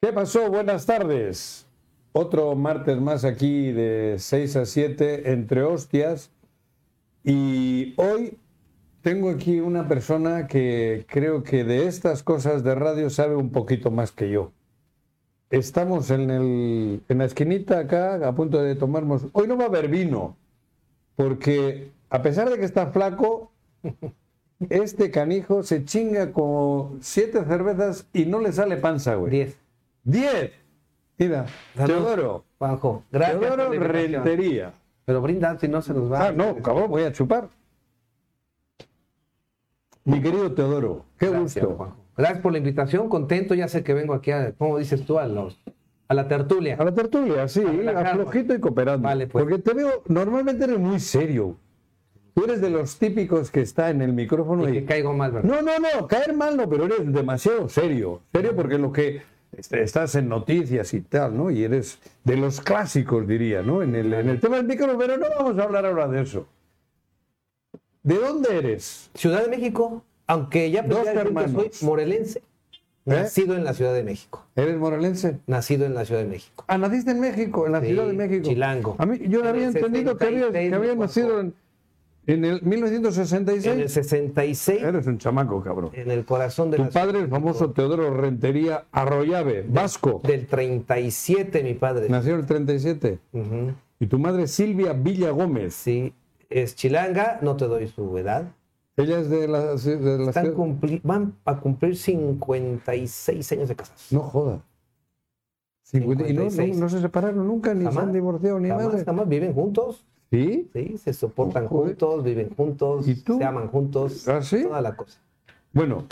¿Qué pasó? Buenas tardes. Otro martes más aquí de 6 a 7 entre hostias. Y hoy tengo aquí una persona que creo que de estas cosas de radio sabe un poquito más que yo. Estamos en, el, en la esquinita acá a punto de tomarnos... Hoy no va a haber vino, porque a pesar de que está flaco, este canijo se chinga como siete cervezas y no le sale panza, güey. 10. 10. Mira, Salud. Teodoro. Juanjo, gracias. por Teodoro la invitación. Rentería. Pero brinda, si no se nos va. Ah, no, cabrón, voy a chupar. Mi querido Teodoro, qué Gracias, gusto. Juanjo. Gracias por la invitación, contento, ya sé que vengo aquí, a, ¿cómo dices tú? A, los, a la tertulia. A la tertulia, sí, relajarnos. aflojito y cooperando. Vale, pues. Porque te veo, normalmente eres muy serio. Tú eres de los típicos que está en el micrófono Y y, que caigo mal, ¿verdad? No, no, no, caer mal no, pero eres demasiado serio. Serio porque lo que este, estás en noticias y tal, ¿no? Y eres de los clásicos, diría, ¿no? En el, en el tema del micro, pero no vamos a hablar ahora de eso. ¿De dónde eres? Ciudad de México, aunque ya Dos podría decir que soy hermanos. ¿Eh? morelense, nacido en la Ciudad de México. ¿Eres moralense? Nacido en la Ciudad de México. Ah, naciste en México, en la Sí, Ciudad de México. chilango. A mí, yo En había el entendido que habías, que 66, habías Juanjo. nacido en, en el En el 1966. 66, Eres un chamaco, cabrón. en el corazón de la ¿Eh? Tu padre, el famoso Teodoro Rentería Arroyave, vasco, del 37, mi padre. nació en el 37. Ujú. Y tu madre Silvia Villa Gómez. Sí, es chilanga, no te doy su edad. Ella es de la, sí, de la Están ciudad- cumpli- van a cumplir 56 años de casados. No joda. Cincuenta- Y no, no- 56. no se separaron nunca, ni se Jamás, han divorciado, ni Jamás, nada. jamás viven juntos, ¿Sí? sí, se soportan Joder. juntos, viven juntos, ¿Y tú? se aman juntos, ¿Ah, sí? toda la cosa. Bueno,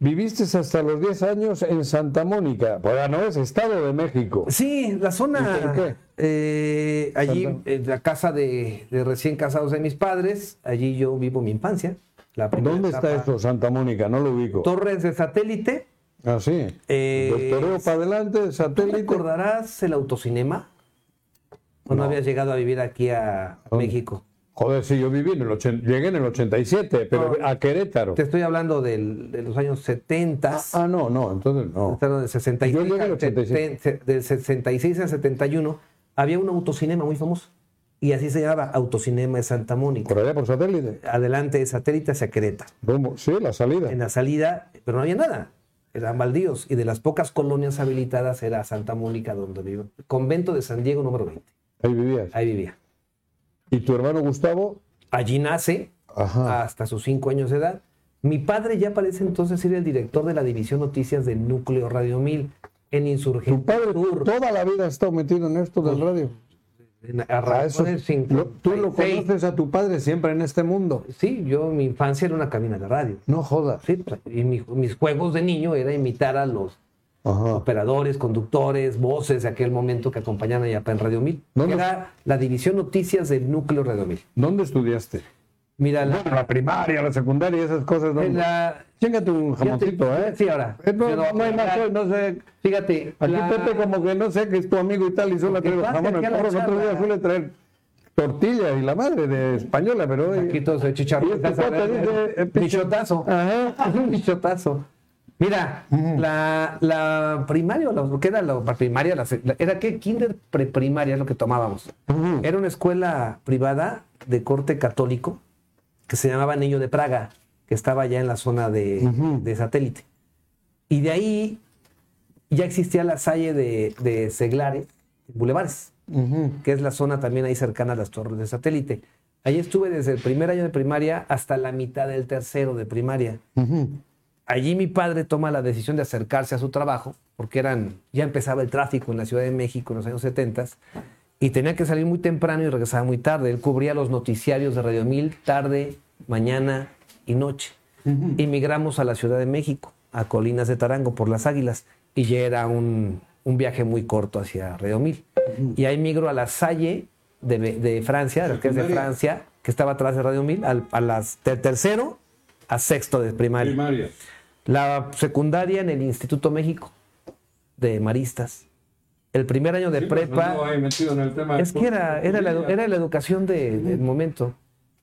viviste hasta los 10 años en Santa Mónica. Bueno, no es Estado de México. Sí, la ¿Y en qué? zona, eh, allí, Perdón. en la casa de, de recién casados de mis padres, allí yo vivo mi infancia. La primera ¿Dónde está etapa. eso, Santa Mónica? No lo ubico. Torres de satélite. Ah, sí. Eh, Doctoreo para adelante, ¿Tú satélite. recordarás el autocinema? Cuando No. habías llegado a vivir aquí a ¿Dónde? México. Joder, sí, yo viví en el 80, llegué en el 87, pero No. a Querétaro. Te estoy hablando del- de los años 70. Ah, no, no, entonces no. Estaron del 66, Yo llegué al al 86. 70, del 66 al 71 había un autocinema muy famoso y así se llamaba Autocinema de Santa Mónica. Por allá por satélite. Adelante de satélite hacia Querétaro. Rumbo- Sí, la salida. En la salida, pero no había nada. Eran baldíos y de las pocas colonias habilitadas era Santa Mónica donde vivo. Convento de San Diego número 20. Ahí vivías. Ahí vivía. Y tu hermano Gustavo, Allí nace ajá, hasta sus cinco años de edad. Mi padre ya parece entonces era el director de la división noticias del núcleo Radio 1000 en Insurgente tu padre Sur. toda la vida ha estado metido en esto del radio. En- A arrancó Ah, eso- en el lo- tú lo 56. conoces a tu padre siempre en este mundo. Sí, yo mi infancia era una cabina de radio. No jodas. Sí, pues, y mi- mis juegos de niño era imitar a los Ajá. operadores, conductores, voces de aquel momento que acompañaban allá en Radio 1000. No, no. Era la división noticias del núcleo Radio 1000. ¿Dónde estudiaste? Mira, la, Bueno, la primaria, la secundaria y esas cosas. ¿no? en la- Chingate un jamoncito, fíjate- ¿eh? Sí, ahora. Eh, No, Yo no hay más, hablar. hoy, no sé. Fíjate. Aquí la- Pepe como que no sé que es tu amigo y tal y solo Lo que trae pasa jamón. es El que a la perro el otro día charla- suele traer tortilla y la madre de española, pero hoy... Aquí todo se Y chicharrón. este cuate dice, eh, pinche- Ah, Bichotazo. Ajá. Un bichotazo. Mira, la, la primaria, o la- ¿qué era la primaria? La, sec- la- ¿Era qué? Kinder preprimaria es lo que tomábamos. Ujú. Era una escuela privada de corte católico que se llamaba Niño de Praga, que estaba allá en la zona de, Ujú. de satélite. Y de ahí ya existía la salle de, de Seglares, Bulevares Ujú. que es la zona también ahí cercana a las torres de satélite. Ahí estuve desde el primer año de primaria hasta la mitad del tercero de primaria. Ujú. Allí mi padre toma la decisión de acercarse a su trabajo, porque eran, ya empezaba el tráfico en la Ciudad de México en los años 70 y tenía que salir muy temprano y regresaba muy tarde. Él cubría los noticiarios de Radio 1000 tarde, mañana y noche. Inmigramos a la Ciudad de México, a Colinas de Tarango por las Águilas, y ya era un, un viaje muy corto hacia Radio 1000. Y ahí migro a la Salle de, de Francia, que es de Secundaria. Francia, que estaba atrás de Radio 1000, al- a las, de tercero a sexto de primaria. Primaria. La secundaria en el Instituto México de Maristas. El primer año de pues, prepa. es que era, era, la, era la educación de- del momento.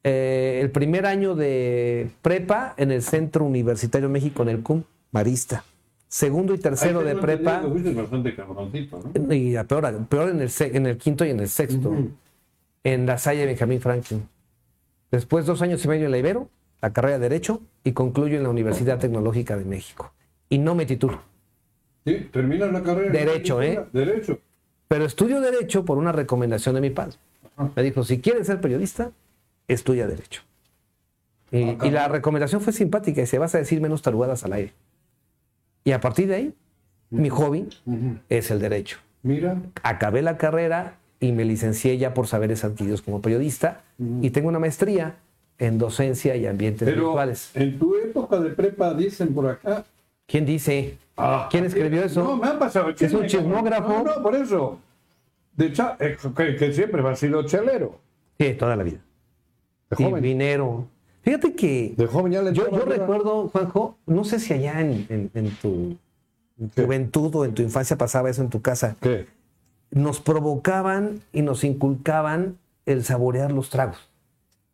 Eh, el primer año de prepa en el Centro Universitario México, en el CUM, Marista. segundo y tercero de prepa. Fuiste bastante cabroncito, ¿no? Y a peor, peor en, el, se- en el quinto y en el sexto. En la Salle Benjamín Franklin. Después dos años y medio en la Ibero, la carrera de Derecho, y concluyo en la Universidad Tecnológica de México. Y no me titulo. Sí, terminas la carrera. Derecho, ¿eh? Derecho. Pero estudio Derecho por una recomendación de mi padre. Me dijo, si quieres ser periodista, estudia Derecho. Y, Ah, y la recomendación fue simpática. y se vas a decir menos tarugadas al aire. Y a partir de ahí, mi hobby es el Derecho. Mira, acabé la carrera y me licencié ya por saberes adquiridos como periodista y tengo una maestría en docencia y ambientes pero virtuales. en tu época de prepa dicen por acá. ¿Quién dice? Ah, ¿Quién escribió eso? No, me han pasado Es un chisme, chismógrafo. cabrón. No, no, por eso. De cha- eh, que, que siempre ha sido chelero. Sí, toda la vida. De Sin joven. dinero. Fíjate que De joven ya le yo, entraba yo dura. recuerdo, Juanjo, no sé si allá en, en- en tu ¿Qué? juventud o en tu infancia pasaba eso en tu casa. ¿Qué? Nos provocaban y nos inculcaban el saborear los tragos.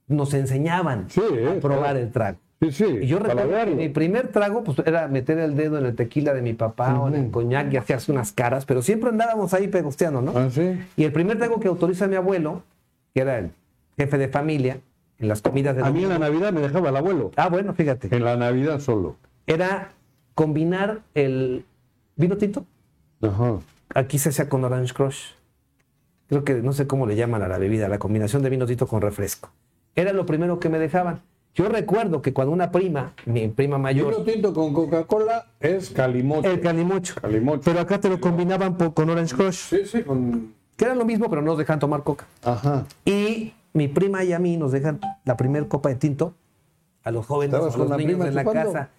Nos enseñaban Sí, a eh, probar claro. el trago. Sí, sí. Y yo recuerdo que paladearlo. mi primer trago pues, era meter el dedo en el tequila de mi papá o en el coñac y hacías unas caras, pero siempre andábamos ahí pegosteando, ¿no? Ah, sí. Y el primer trago que autoriza mi abuelo, que era el jefe de familia, en las comidas de... A mí en la Navidad me dejaba el abuelo. Ah, bueno, fíjate. En la Navidad solo. Era combinar el vino tinto, Ajá. aquí se hacía con Orange Crush. Creo que no sé cómo le llaman a la bebida, la combinación de vino tinto con refresco. Era lo primero que me dejaban. Yo recuerdo que cuando una prima, mi prima mayor... Vino tinto con Coca-Cola es calimocho. El calimocho. Calimocho. Pero acá te lo combinaban po- con Orange Crush. Sí, sí, con. Que era lo mismo, pero no nos dejan tomar coca. Ajá. Y mi prima y a mí nos dejan la primer copa de tinto a los jóvenes, a ¿Estabas los con la niños prima en la chupando? casa.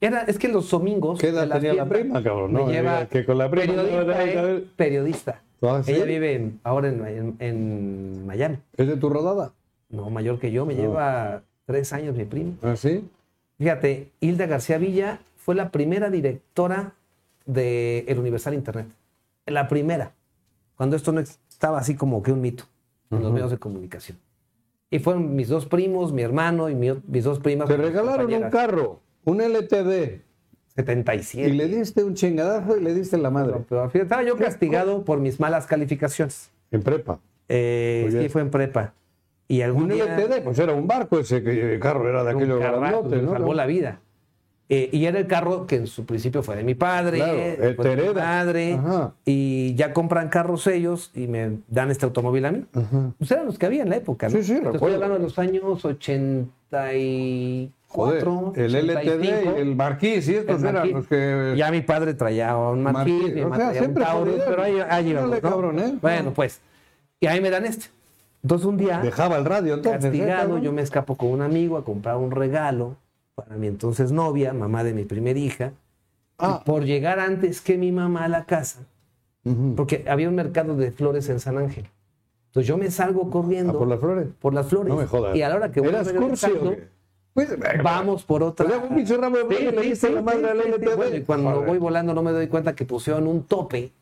Era, es que los domingos. ¿Qué edad en las tenía la fiestas, prima, cabrón? No, me lleva digas que con la prima no, periodista. no, no, no. ¿eh? periodista. Ah, ¿sí? Ella vive en- ahora en, en- en Miami. ¿Es de tu rodada? No, mayor que yo. Me lleva tres años mi prima. ¿Ah, sí? Fíjate, Hilda García Villa fue la primera directora de el Universal Internet. La primera. Cuando esto no estaba así como que un mito en los medios de comunicación. Y fueron mis dos primos, mi hermano y mi o- mis dos primas. Te regalaron un carro. carro, un LTD, y 77. le diste un chingadazo y le diste la madre. Pero fíjate, estaba yo castigado por mis malas calificaciones. En prepa. Eh, Muy bien. sí, fue en prepa. Y algún Un día... LTD, pues era un barco ese que- el carro, era de un aquellos carrazo, grandotes, me ¿no? salvó la vida. Eh, y era el carro que en su principio fue de mi padre, Claro, eh, fue de te mi hereda. madre, Ajá. y ya compran carros ellos y me dan este automóvil a mí. Ajá. Pues eran los que había en la época, ¿no? Sí, sí, Te Estoy recuerdo. hablando de los años 84, Joder, el LTD y el Marquís, y estos el eran Marquis. los que... Ya mi padre traía un marquí, Marquis, mi o mamá sea, traía un siempre Taurus, jodían. pero ahí, ahí Órale, íbamos, ¿no? cabrón, ¿eh? Bueno, pues, y ahí me dan este. Entonces un día Dejaba el radio entonces. ¿eh, castigado, cabrón? yo me escapo con un amigo a comprar un regalo para mi entonces novia, mamá de mi primer hija. Ah. Y por llegar antes que mi mamá a la casa, Ujú. porque había un mercado de flores en San Ángel. Entonces yo me salgo corriendo Ah, por las flores. por las flores. No me jodas. Y a la hora que voy ¿Eras cursi o regresando, qué? Pues, eh, vamos por otra. Te dejo un pinche ramo de flores que le diste a la madre al sí, LTD. Bueno, y cuando Joder. voy volando no me doy cuenta que pusieron un tope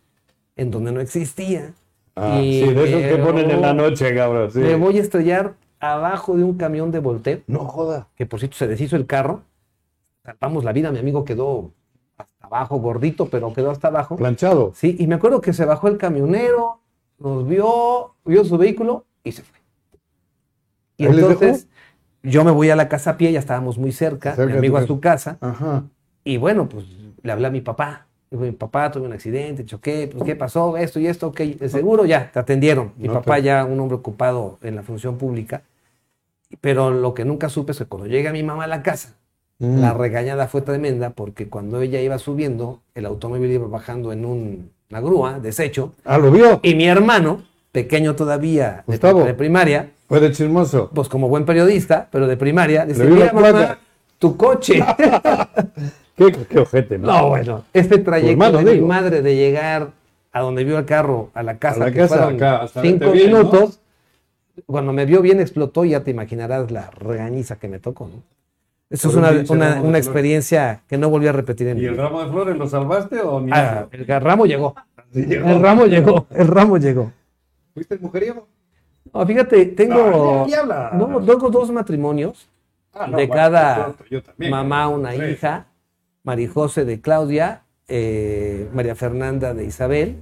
en donde no existía. Ah, Y- sí, de esos que pero ponen en la noche, cabrón. Sí. Me voy a estrellar abajo de un camión de volteo. No joda. que por cierto se deshizo el carro. Salvamos la vida, mi amigo quedó hasta abajo, gordito, pero quedó hasta abajo. Planchado. Sí, y me acuerdo que se bajó el camionero, nos vio, vio su vehículo y se fue. Y ¿Ahí les entonces yo me voy a la casa a pie, ya estábamos muy cerca, Cerca mi de amigo tu a su casa, Ajá. y bueno, pues le hablé a mi papá. Digo, mi papá tuve un accidente, choqué, pues qué pasó, esto y esto, ok, de seguro ya, te atendieron. Mi No papá te- ya un hombre ocupado en la función pública, pero lo que nunca supe es que cuando llega mi mamá a la casa, Mm. la regañada fue tremenda porque cuando ella iba subiendo, el automóvil iba bajando en un- una grúa, desecho, Ah, lo vio. y mi hermano, pequeño todavía, de, Gustavo. de primaria, Fue de chismoso. pues como buen periodista, pero de primaria, dice, vi la mira mamá, placa". tu coche. Qué, qué ojete, ¿no? no, bueno, este trayecto hermano, de mi digo. madre de llegar a donde vio el carro, a la casa, A la que casa, fueron acá, hasta cinco verte bien, ¿no? minutos, cuando me vio bien explotó, y ya te imaginarás la regañiza que me tocó, ¿no? Por Eso es un una, pinche una- ramo de una flores. experiencia que no volví a repetir en mi ¿Y el vida. ramo de flores lo salvaste o ni Ah, eso? el ga- ramo llegó. Sí, llegó. El ramo llegó. El ramo llegó. ¿Fuiste el mujeriego? No, fíjate, tengo. Ah, ya, ya habla. No, tengo dos matrimonios. Ah, de bueno, cada yo- yo también. mamá, una Sí. hija. Marijose de Claudia eh, María Fernanda de Isabel.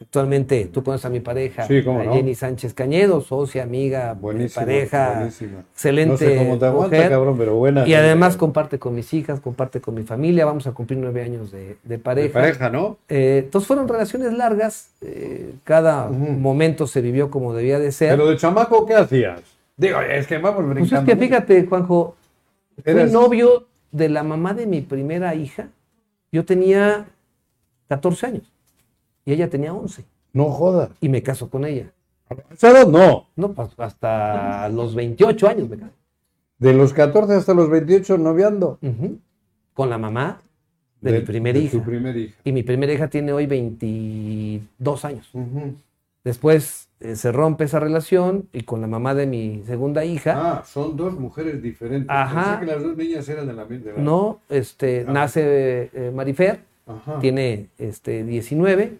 Actualmente tú conoces a mi pareja, Sí, cómo a no. Jenny Sánchez Cañedo, socia, amiga, eh, Buenísima, pareja, buenísima. excelente. Ah, No sé cómo te aguanta, mujer. cabrón, pero buena. Y además comparte con mis hijas, comparte con mi familia. Vamos a cumplir nueve años de, de De pareja. pareja, ¿no? Eh, entonces fueron relaciones largas. eh, cada momento se vivió como debía de ser. Pero de chamaco, ¿qué hacías? Digo, es que vamos brincando. Pues es que fíjate, Juanjo, fui Eras- novio de la mamá de mi primera hija. Yo tenía 14 años y ella tenía 11 No jodas. y me caso con ella. ¿Sabes? No. No, pues, hasta los 28 años me casé. De los 14 hasta los 28, noviando. Ujú. Con la mamá de, mi primera de hija. Tu primera hija. y mi primera hija tiene hoy 22 años. Ujú. Después eh, se rompe esa relación y con la mamá de mi segunda hija, Ah, son dos mujeres diferentes. Ajá. Pensé que las dos niñas eran de la misma. de la- no, este, ah. nace eh, Marifer, Ajá. tiene este, 19,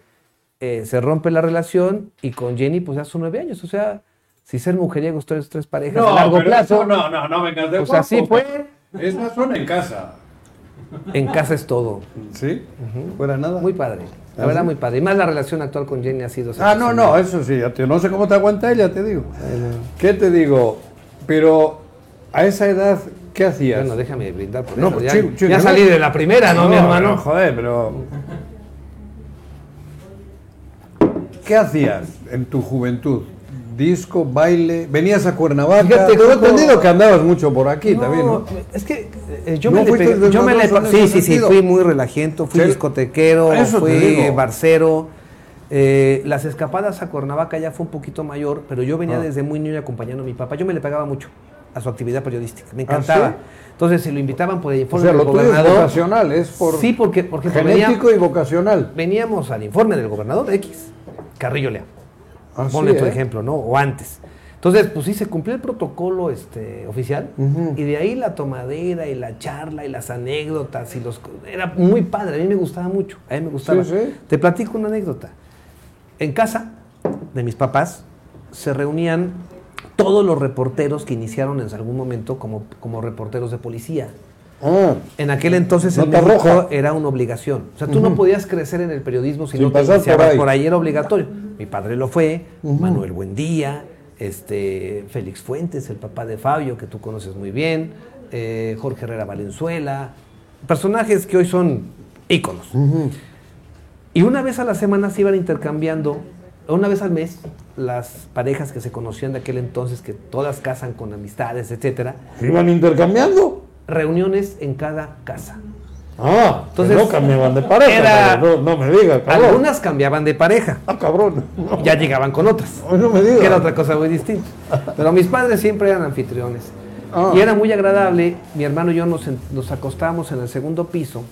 eh, se rompe la relación y con Jenny pues hace 9 años. O sea, si ser mujeriego es tres, tres parejas a largo pero plazo, eso No, no, no vengas de pues guapo. así fue. Esas son en casa. En casa es todo. ¿Sí? Fuera nada. Muy padre. La ¿Ah, verdad, sí? muy padre. Y más la relación actual con Jenny ha sido... Ah, no, no, sensacional. eso sí, ya te- no sé cómo te aguanta ella, te digo. ¿Qué te digo? Pero a esa edad, ¿qué hacías? Bueno, déjame brindar por No, eso. pues, Ya, chico, chico, ya no. salí de la primera, ¿no, mi hermano? joder, pero. ¿Qué hacías en tu juventud? Disco, baile, venías a Cuernavaca. Fíjate, Tengo Juanjo- entendido que andabas mucho por aquí también, No, ¿no? es que eh, yo, No me le fuiste pegué- yo me le- desmadroso en Sí, ese sí, sí, sentido. fui muy relajiento, fui Sí. discotequero, A eso te fui digo. barcero. Eh, las escapadas a Cuernavaca ya fue un poquito mayor, pero yo venía Ah. desde muy niño acompañando a mi papá. Yo me le pegaba mucho a su actividad periodística, me encantaba. Entonces, si lo invitaban por el ¿Ah, O informe sea, del lo tuyo es gobernador. vocacional, es por sí, porque, porque venía- genético y vocacional. veníamos al informe del gobernador X, Carrillo Leal. Así, Ponle tu ¿eh? ejemplo, ¿no? O antes. Entonces, pues sí, se cumplió el protocolo este, oficial Ujú. y de ahí la tomadera y la charla y las anécdotas y los... Era muy padre, a mí me gustaba mucho, a mí me gustaba. Sí, sí. Te platico una anécdota. En casa de mis papás se reunían todos los reporteros que iniciaron en algún momento como, como reporteros de policía. Ah, En aquel entonces en Nota México roja. era una obligación. O sea, tú no podías crecer en el periodismo si Sin no te pasar por iniciabas ahí. por ahí, era obligatorio. Mi padre lo fue, Manuel Buendía, este, Félix Fuentes, el papá de Fabio, que tú conoces muy bien, eh, Jorge Herrera Valenzuela, personajes que hoy son íconos. Y una vez a la semana se iban intercambiando, una vez al mes, las parejas que se conocían de aquel entonces, que todas casan con amistades, etcétera, ¿se iban intercambiando. reuniones en cada casa. Ah, Entonces, entonces no cambiaban de pareja. era- pero No, no me digas, cabrón. Algunas cambiaban de pareja, Ah, cabrón. No, ya llegaban con otras, no me digas. que era otra cosa muy distinta. Pero mis padres siempre eran anfitriones. Ah. Y era muy agradable, mi hermano y yo nos, en- nos acostábamos en el segundo piso,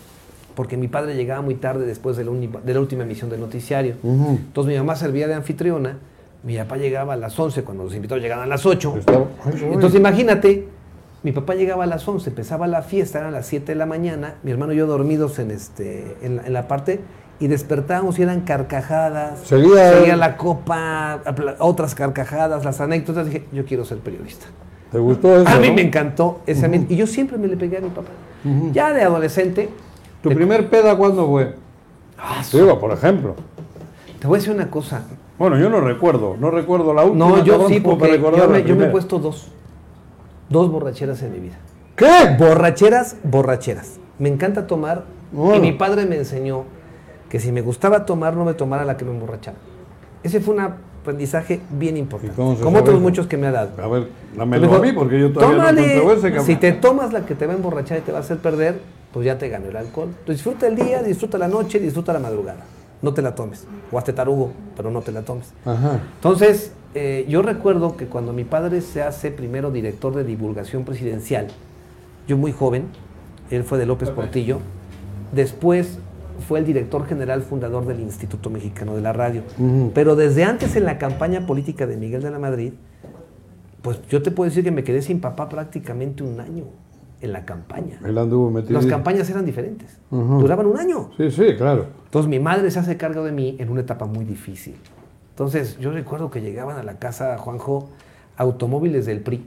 porque mi padre llegaba muy tarde después de la, uni- de la última emisión del noticiario. Ujú. Entonces mi mamá servía de anfitriona, mi papá llegaba a las 11, cuando los invitados llegaban a las 8. Estaba- Ay, güey. Entonces imagínate, mi papá llegaba a las 11, empezaba la fiesta, eran las 7 de la mañana, mi hermano y yo dormidos en, este, en, la, en la parte y despertábamos y eran carcajadas, Seguía- la copa, apla- otras carcajadas, las anécdotas, dije, yo quiero ser periodista. ¿Te gustó eso? A mí no? me encantó ese ambiente y yo siempre me le pegué a mi papá. Ya de adolescente, ¿Tu primer peda cuándo fue? Ah, Digo, por ejemplo. te voy a decir una cosa, Bueno, yo no recuerdo. No recuerdo la última. no, yo cabrón, sí, como porque para recordar yo la me, yo me he primera. puesto dos, dos borracheras en mi vida. ¿Qué? Borracheras, borracheras. Me encanta tomar Bueno. y mi padre me enseñó que si me gustaba tomar, no me tomara la que me emborrachaba. Ese fue un aprendizaje bien ¿Y importante, cómo se como sabe otros eso? Ah, muchos que me ha dado. A ver, Me dámelo a dijo, mí porque yo todavía "Tómale, no encuentro ese cabrón. Si te tomas la que te va a emborrachar y te va a hacer perder, pues ya te ganó el alcohol. Disfruta el día, disfruta la noche, disfruta la madrugada. No te la tomes. O hazte tarugo, pero no te la tomes. Ajá. Entonces, eh, yo recuerdo que cuando mi padre se hace primero director de divulgación presidencial, yo muy joven, él fue de López Portillo, después fue el director general fundador del Instituto Mexicano de la Radio. Ujú. Pero desde antes en la campaña política de Miguel de la Madrid, pues yo te puedo decir que me quedé sin papá prácticamente un año en la campaña. Él anduvo metido. Las ahí. campañas eran diferentes, Ujú. duraban un año. Sí, sí, claro. Entonces mi madre se hace cargo de mí en una etapa muy difícil. Entonces yo recuerdo que llegaban a la casa Juanjo automóviles del PRI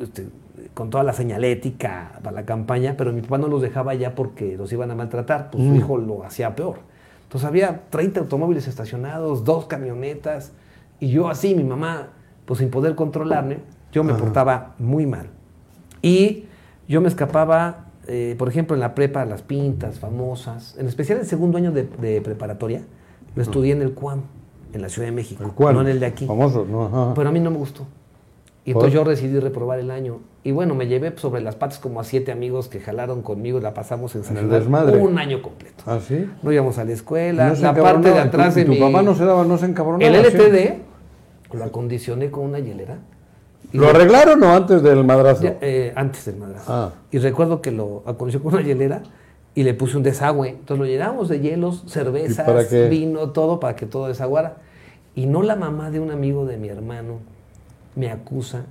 este, con toda la señalética para la campaña, pero mi papá no los dejaba allá porque los iban a maltratar, pues su hijo lo hacía peor. Entonces había 30 automóviles estacionados, dos camionetas, y yo así, mi mamá, pues sin poder controlarme, yo me portaba muy mal. Y yo me escapaba, eh, por ejemplo, en la prepa, a las pintas famosas, en especial el segundo año de, de preparatoria, lo estudié en el CUAM, en la Ciudad de México, ¿Cuál? no en el de aquí. Famoso, ¿no? Ajá. Pero a mí no me gustó. Y ¿Por? entonces yo decidí reprobar el año. Y bueno, me llevé sobre las patas como a siete amigos que jalaron conmigo y la pasamos en San el Ciudad desmadre. un año completo. ¿Ah, sí? No íbamos a la escuela, No se la parte de encabronaba, atrás tu, de tu mi... papá no se daba, no se encabronaba. el ¿sí? LTD lo acondicioné con una hielera. Y ¿Lo arreglaron o antes del madrazo? ya, eh, antes del madrazo. Ah. Y recuerdo que lo acondicioné con una hielera y le puse un desagüe. Entonces lo llenamos de hielos, cervezas, ¿Y para qué? vino, todo para que todo desaguara. Y no la mamá de un amigo de mi hermano me acusa.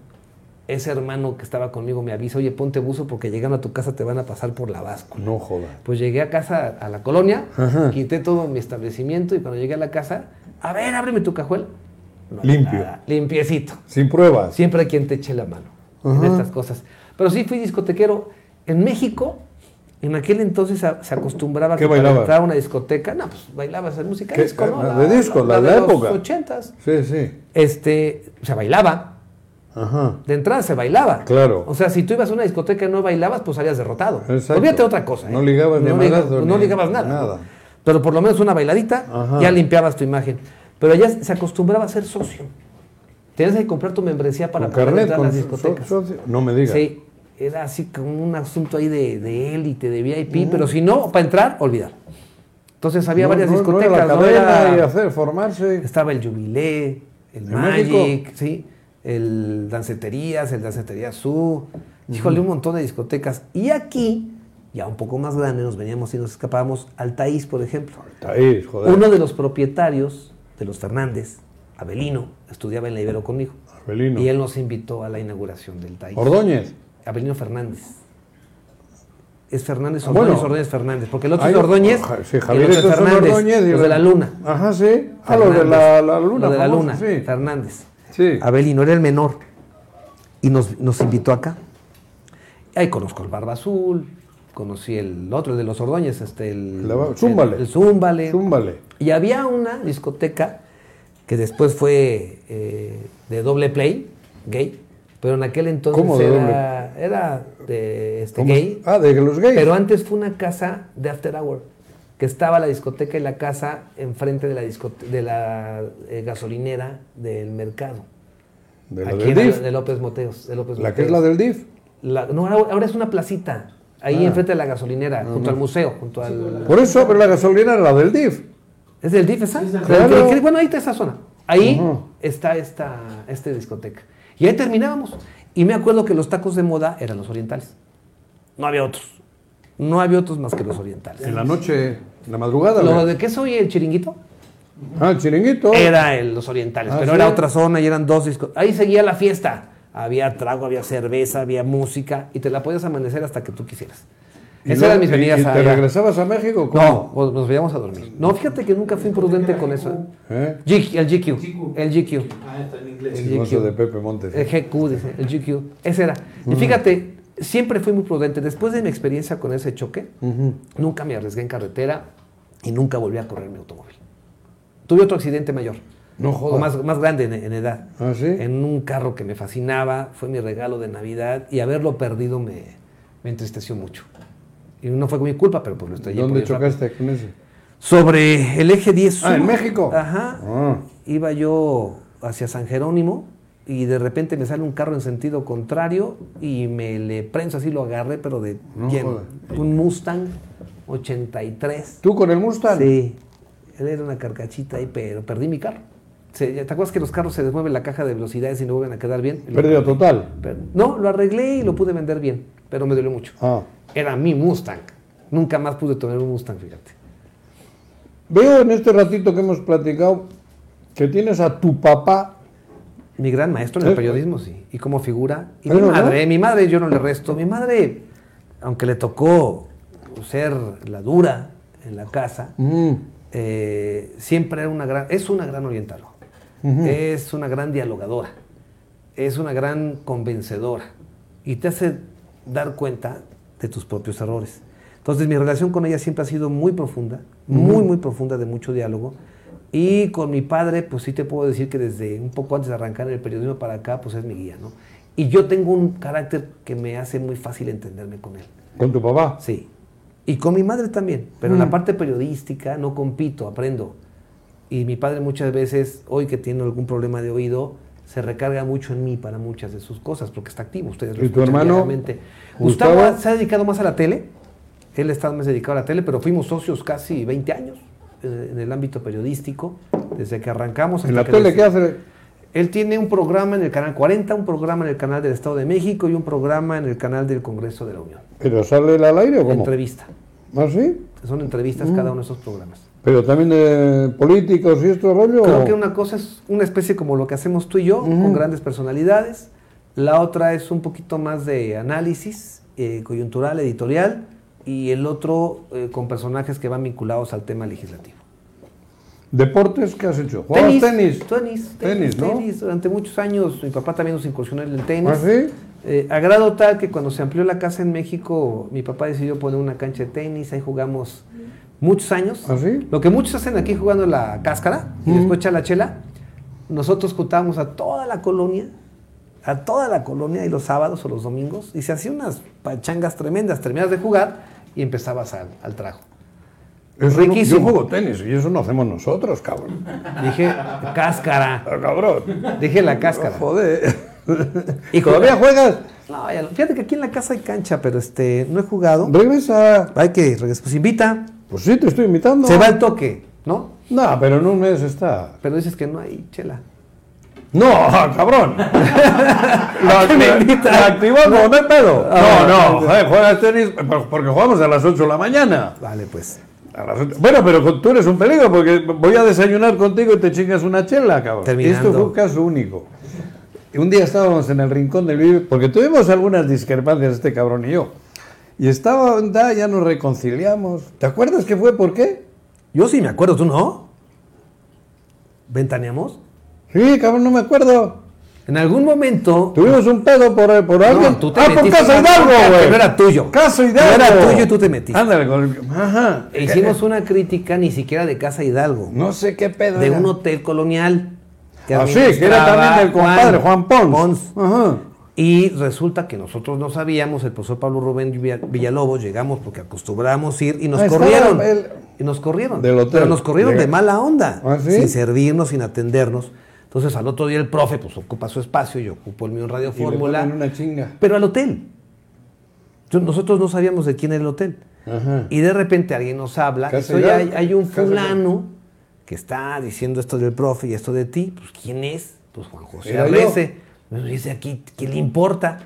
Ese hermano que estaba conmigo me avisa, oye, ponte buzo porque llegando a tu casa te van a pasar por la báscula. No joda. Pues llegué a casa, a la colonia, quité todo mi establecimiento y cuando llegué a la casa, a ver, ábreme tu cajuel. No había Limpio. nada, limpiecito. Sin pruebas. Siempre hay quien te eche la mano en estas cosas. Pero sí fui discotequero. En México, en aquel entonces a- se acostumbraba ¿Qué que para bailaba? entrar a una discoteca, no, pues bailabas en música ¿Qué? disco, ¿no? La de disco, la de la época. los ochentas. Sí, sí. Este, se bailaba. Ajá. De entrada se bailaba. Claro. O sea, si tú ibas a una discoteca y no bailabas, pues salías derrotado. Exacto. Olvídate de otra cosa. ¿eh? No ligabas ni no, a liga- madrazo, no ni ligabas nada. nada. Pero por lo menos una bailadita, Ajá. ya limpiabas tu imagen. Pero allá se acostumbraba a ser socio. Tenías que comprar tu membresía para Con poder carnet, entrar a con las so- discotecas. socio. No me digas. Sí, era así como un asunto ahí de, de élite, de VIP, pero si no, para entrar, olvidar. Entonces había Mm. No, varias no, no era discotecas, la no cadena era- y hacer, formarse. estaba el Jubilé, el ¿En México? Magic, ¿sí? el Danceterías, el Dancetería Sur, híjole, un montón de discotecas. Y aquí, ya un poco más grande, nos veníamos y nos escapábamos al Taís, por ejemplo. Ahí, joder. Uno de los propietarios de los Fernández, Abelino, estudiaba en la Ibero conmigo. Abelino. Y él nos invitó a la inauguración del Taís. Ordóñez. Abelino Fernández. Es Fernández Ah, Ordóñez, bueno. Ordóñez Fernández, porque el otro Ahí- es Ordóñez, Oja- y Sí, el Javier otro es Estos Fernández, Ordóñez. y los de la luna. Ajá, sí. Ah, los de la, Fernández. la luna. Lo de la famoso, luna, Sí. Fernández. Sí. Abelino era el menor. Y nos, nos invitó acá. Ahí conozco el Barba Azul, conocí el otro, el de los Ordóñez, este, el... La Barba- Zúmbale. El, el Zúmbale. Zúmbale. Y había una discoteca que después fue eh, de doble play, gay, pero en aquel entonces ¿Cómo de era, era de, este, ¿Cómo gay. es? Ah, de los gays. Pero antes fue una casa de after hour, que estaba la discoteca y la casa enfrente de la, discote- de la eh, gasolinera del mercado. de la Aquí del era DIF. de López Moteos. de López La que es la Mateos. del DIF. La- no, ahora, ahora es una placita, ahí Ah. enfrente de la gasolinera, junto al museo, junto al... Por eso, pero la gasolina era la del DIF. ¿Es del DIF esa? Claro. Del que- que- Bueno, ahí está esa zona. Ahí Ujú. está esta, esta discoteca. Y ahí terminábamos. Y me acuerdo que los tacos de moda eran los orientales. No había otros. No había otros más que los orientales. En la noche, en la madrugada. Lo güey. de que soy el chiringuito Ah, el chiringuito. era el- los orientales, Ah, pero ¿sí? era otra zona y eran dos discos. Ahí seguía la fiesta. Había trago, había cerveza, había música y te la podías amanecer hasta que tú quisieras. Y Esas luego- eran mis y- venidas y a. ¿Te regresabas a México? No, o nos veíamos a dormir. No, fíjate que nunca fui imprudente con eso. ¿Eh? G- el GQ. El GQ. Ah, está en inglés. El Chismoso GQ. de Pepe Montes. El GQ, dice, el GQ. Ese era. Y fíjate, siempre fui muy prudente. Después de mi experiencia con ese choque, nunca me arriesgué en carretera y nunca volví a correr mi automóvil. Tuve otro accidente mayor. No jodas. O más, más grande en, en edad. ¿Ah, sí? En un carro que me fascinaba, fue mi regalo de Navidad y haberlo perdido me, me entristeció mucho. Y no fue mi culpa, pero pues lo estrellé. por ¿Dónde ir rápido. chocaste con ese? Sobre el eje 10 sur. Ah, ¿en México? Ajá. Ah. Iba yo hacia San Jerónimo y de repente me sale un carro en sentido contrario y me le prenso así, lo agarré, pero de No lleno. jodas. Un Mustang 83. ¿Tú con el Mustang? Sí. Él era una carcachita ahí, pero perdí mi carro. Se- ¿Te acuerdas que los carros se desmueven la caja de velocidades y no vuelven a quedar bien? Lo- Pérdida total. pero- No, lo arreglé y lo pude vender bien, pero me dolió mucho. Ah. Era mi Mustang. Nunca más pude tener un Mustang, fíjate. Veo en este ratito que hemos platicado que tienes a tu papá. Mi gran maestro en el ¿Eh? periodismo, sí. Y como figura. Y ¿Es mi verdad? madre, mi madre, yo no le resto. Mi madre, aunque le tocó ser la dura en la casa, Mm. eh, siempre era una gran, es una gran oriental. Es una gran dialogadora. Es una gran convencedora. y te hace dar cuenta de tus propios errores. Entonces mi relación con ella siempre ha sido muy profunda, muy, muy profunda, de mucho diálogo. Y con mi padre, pues sí te puedo decir que desde un poco antes de arrancar en el periodismo para acá, pues es mi guía, ¿no? Y yo tengo un carácter que me hace muy fácil entenderme con él. ¿Con tu papá? Sí. Y con mi madre también, pero en Mm. la parte periodística no compito, aprendo. Y mi padre muchas veces, hoy que tiene algún problema de oído, se recarga mucho en mí para muchas de sus cosas, porque está activo. Ustedes lo ¿Y tu escuchan hermano, diariamente. Gustavo Gustavo? se ha dedicado más a la tele. Él está más dedicado a la tele, pero fuimos socios casi 20 años eh, en el ámbito periodístico, desde que arrancamos. hasta ¿En la que tele des- qué hace? él tiene un programa en el Canal 40, un programa en el Canal del Estado de México y un programa en el Canal del Congreso de la Unión. ¿Pero sale él al aire o cómo? Entrevista. ¿Ah, sí? Son entrevistas cada Mm. uno de esos programas. ¿Pero también de políticos y esto rollo? Creo o- que una cosa es una especie como lo que hacemos tú y yo, con grandes personalidades. La otra es un poquito más de análisis eh, coyuntural, editorial. Y el otro eh, con personajes que van vinculados al tema legislativo. ¿Deportes qué has hecho? ¿Jugabas tenis? Tenis, tenis, Tenis, ¿no? tenis. Durante muchos años mi papá también nos incursionó en el tenis. ¿Ah, sí? Eh, a grado tal que cuando se amplió la casa en México, mi papá decidió poner una cancha de tenis, ahí jugamos muchos años. ¿Ah, sí? Lo que muchos hacen aquí jugando la cáscara y después chala chela, nosotros juntábamos a toda la colonia, a toda la colonia y los sábados o los domingos, y se hacían unas pachangas tremendas, terminabas de jugar y empezabas al, al trago. Eso no- Riquísimo. yo juego tenis y eso no hacemos nosotros, cabrón. Dije, cáscara, Ah, cabrón. dije la cáscara. Joder. ¿Y ¿Y todavía juegas? No, ya lo- fíjate que aquí en la casa hay cancha, pero este, no he jugado. Regresa. Hay que regresar. Pues invita, Pues sí, te estoy invitando. se va al toque, ¿no? No, pero en un mes está. Pero dices que no hay chela. No, cabrón. ¿A qué me invitas? la activamos, no hay pedo. Ah, No, no, joder, juegas tenis por- porque jugamos a las 8 de la mañana. Vale, pues. A las ocho- Bueno, pero con- tú eres un peligro porque voy a desayunar contigo y te chingas una chela, cabrón. Terminando. Esto fue un caso único. Y Un día estábamos en el rincón del vive, porque tuvimos algunas discrepancias este cabrón y yo. Y estaba, onda, ya nos reconciliamos. ¿Te acuerdas qué fue? ¿Por qué? Yo sí me acuerdo, ¿tú no? ¿Ventaneamos? Sí, cabrón, no me acuerdo. En algún momento. Tuvimos un pedo por, por alguien. tú te ah, por metiste Casa en una Hidalgo, bronca que güey. no era tuyo. Casa No Hidalgo. Ah, era tuyo y tú te metiste. Ándale, con el- Ajá. e Hicimos una crítica ni siquiera de Casa Hidalgo, No sé qué pedo. de era. un hotel colonial. Ah, sí, que era también del compadre, Juan Pons. Ajá. Y resulta que nosotros no sabíamos, el profesor Pablo Rubén Villa- Villalobos, llegamos porque acostumbramos ir y nos Ah, estaba corrieron. el- y nos corrieron. Del hotel. Pero nos corrieron de Llega- mala onda, ¿Ah, sí? sin servirnos, sin atendernos. Entonces al otro día el profe pues ocupa su espacio, yo ocupo el mío en Radio Y le Fórmula, ponen una chinga. pero al hotel. Yo- nosotros no sabíamos de quién era el hotel. Ajá. Y de repente alguien nos habla, Ah. Casa dice, "Oye, hay, Hidalgo, hay un Casa Hidalgo". fulano que está diciendo esto del profe y esto de ti, pues ¿quién es? Pues Juan José Era yo. Arrece. Nos dice aquí, ¿qué le importa?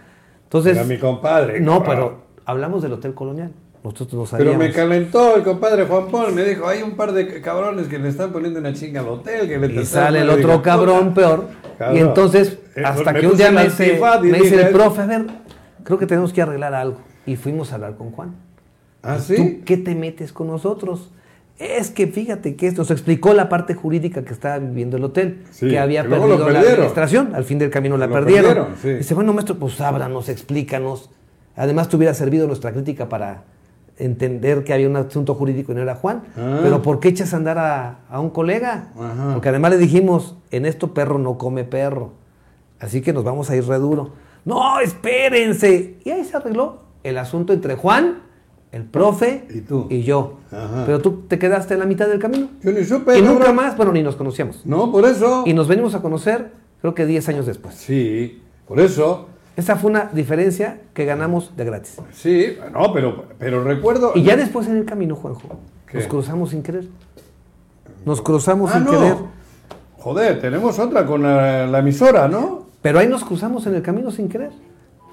Entonces, Era mi compadre. no, cabrón. pero hablamos del Hotel Colonial. Nosotros no Pero sabíamos. me calentó el compadre Juan Pons. Me dijo, hay un par de cabrones que le están poniendo una chinga al hotel. Que le y trataron sale el mal". otro Digo, cabrón "Puta". peor. Cabrón. Y entonces, Eh, hasta pues, me que un puse día me la dice, antifaz y me dice dije, el profe, a ver, creo que tenemos que arreglar algo. Y fuimos a hablar con Juan. ¿Ah, ¿Tú sí? qué te metes con nosotros? Es que fíjate que esto nos explicó la parte jurídica que estaba viviendo el hotel, Sí, que había que luego perdido lo la perdieron. administración, al fin del camino la Lo perdieron. perdieron, sí. Dice, bueno, maestro, pues ábranos, explícanos. Además, te hubiera servido nuestra crítica para entender que había un asunto jurídico y no era Juan. Ah. Pero ¿por qué echas a andar a, a un colega? Ajá. Porque además le dijimos, en esto perro no come perro. Así que nos vamos a ir re duro. No, espérense. Y ahí se arregló el asunto entre Juan, el profe Y tú. yo. Ajá. Pero tú te quedaste en la mitad del camino. Yo ni supe. y nunca cabrón. más, bueno, ni nos conocíamos. No, por eso. Y nos venimos a conocer, creo que 10 años después. Sí, por eso. Esa fue una diferencia que ganamos de gratis. Sí, no, pero, pero recuerdo. Y ya después en el camino, Juanjo, ¿Qué? nos cruzamos sin querer. Nos cruzamos Ah, sin no. querer. Joder, tenemos otra con la, la emisora, ¿no? Pero ahí nos cruzamos en el camino sin querer.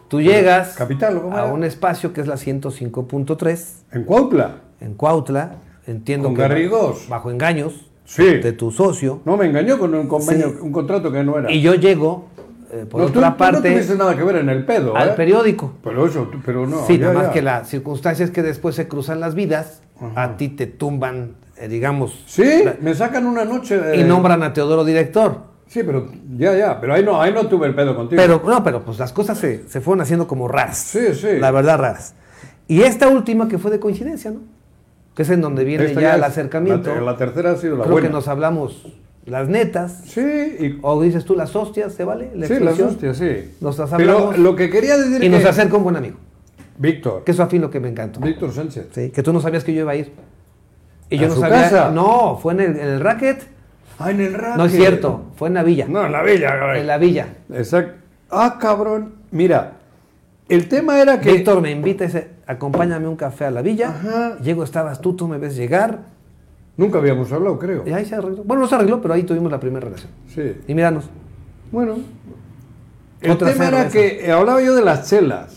Tú llegas Capital, ¿cómo a era? un espacio que es la 105.3 En Cuautla. en Cuautla, entiendo Con que Garrigós. bajo engaños Sí. de tu socio. No, me engañó con un convenio, Sí. un contrato que no era. Y yo llego, eh, por no, tú- otra tú no parte, tuviste nada que ver en el pedo, al ¿eh? periódico. Pero eso, tú- pero no. sí, ya, nada más ya. que las circunstancias que después se cruzan las vidas, a ti te tumban, eh, digamos, Sí, eh. la- me sacan una noche de... y nombran a Teodoro director. Sí, pero ya, ya, pero ahí no, ahí no tuve el pedo contigo. Pero, no, pero pues las cosas se, se fueron haciendo como raras. Sí, sí. La verdad, raras. Y esta última que fue de coincidencia, ¿no? Que es en donde viene Esta ya, el es- acercamiento. La, la tercera ha sido la Creo buena. que nos hablamos las netas. Sí, y, O dices tú las hostias, ¿se vale? La sí, las expresión. hostias, sí. Nos las pero hablamos. lo que quería decir Y nos que- acerca un buen amigo. Víctor, Que eso a fin lo que me encantó. Víctor Sánchez. Sí, que tú no sabías que yo iba a ir. Y yo ¿A no su sabía. casa? No, fue en el, en el racket. Ah, en el radio. No es cierto, fue en la villa. No, en la villa, caray. En la villa. Exacto. Ah, cabrón. Mira, el tema era que. Víctor me invita y dice, acompáñame a un café a la villa. Ajá. Llego, estabas tú, tú me ves llegar. Nunca habíamos hablado, creo. Y ahí se arregló. Bueno, no se arregló, pero ahí tuvimos la primera relación. Sí. Y míranos. Bueno. El Otra tema era cerveza. que eh, hablaba yo de las chelas.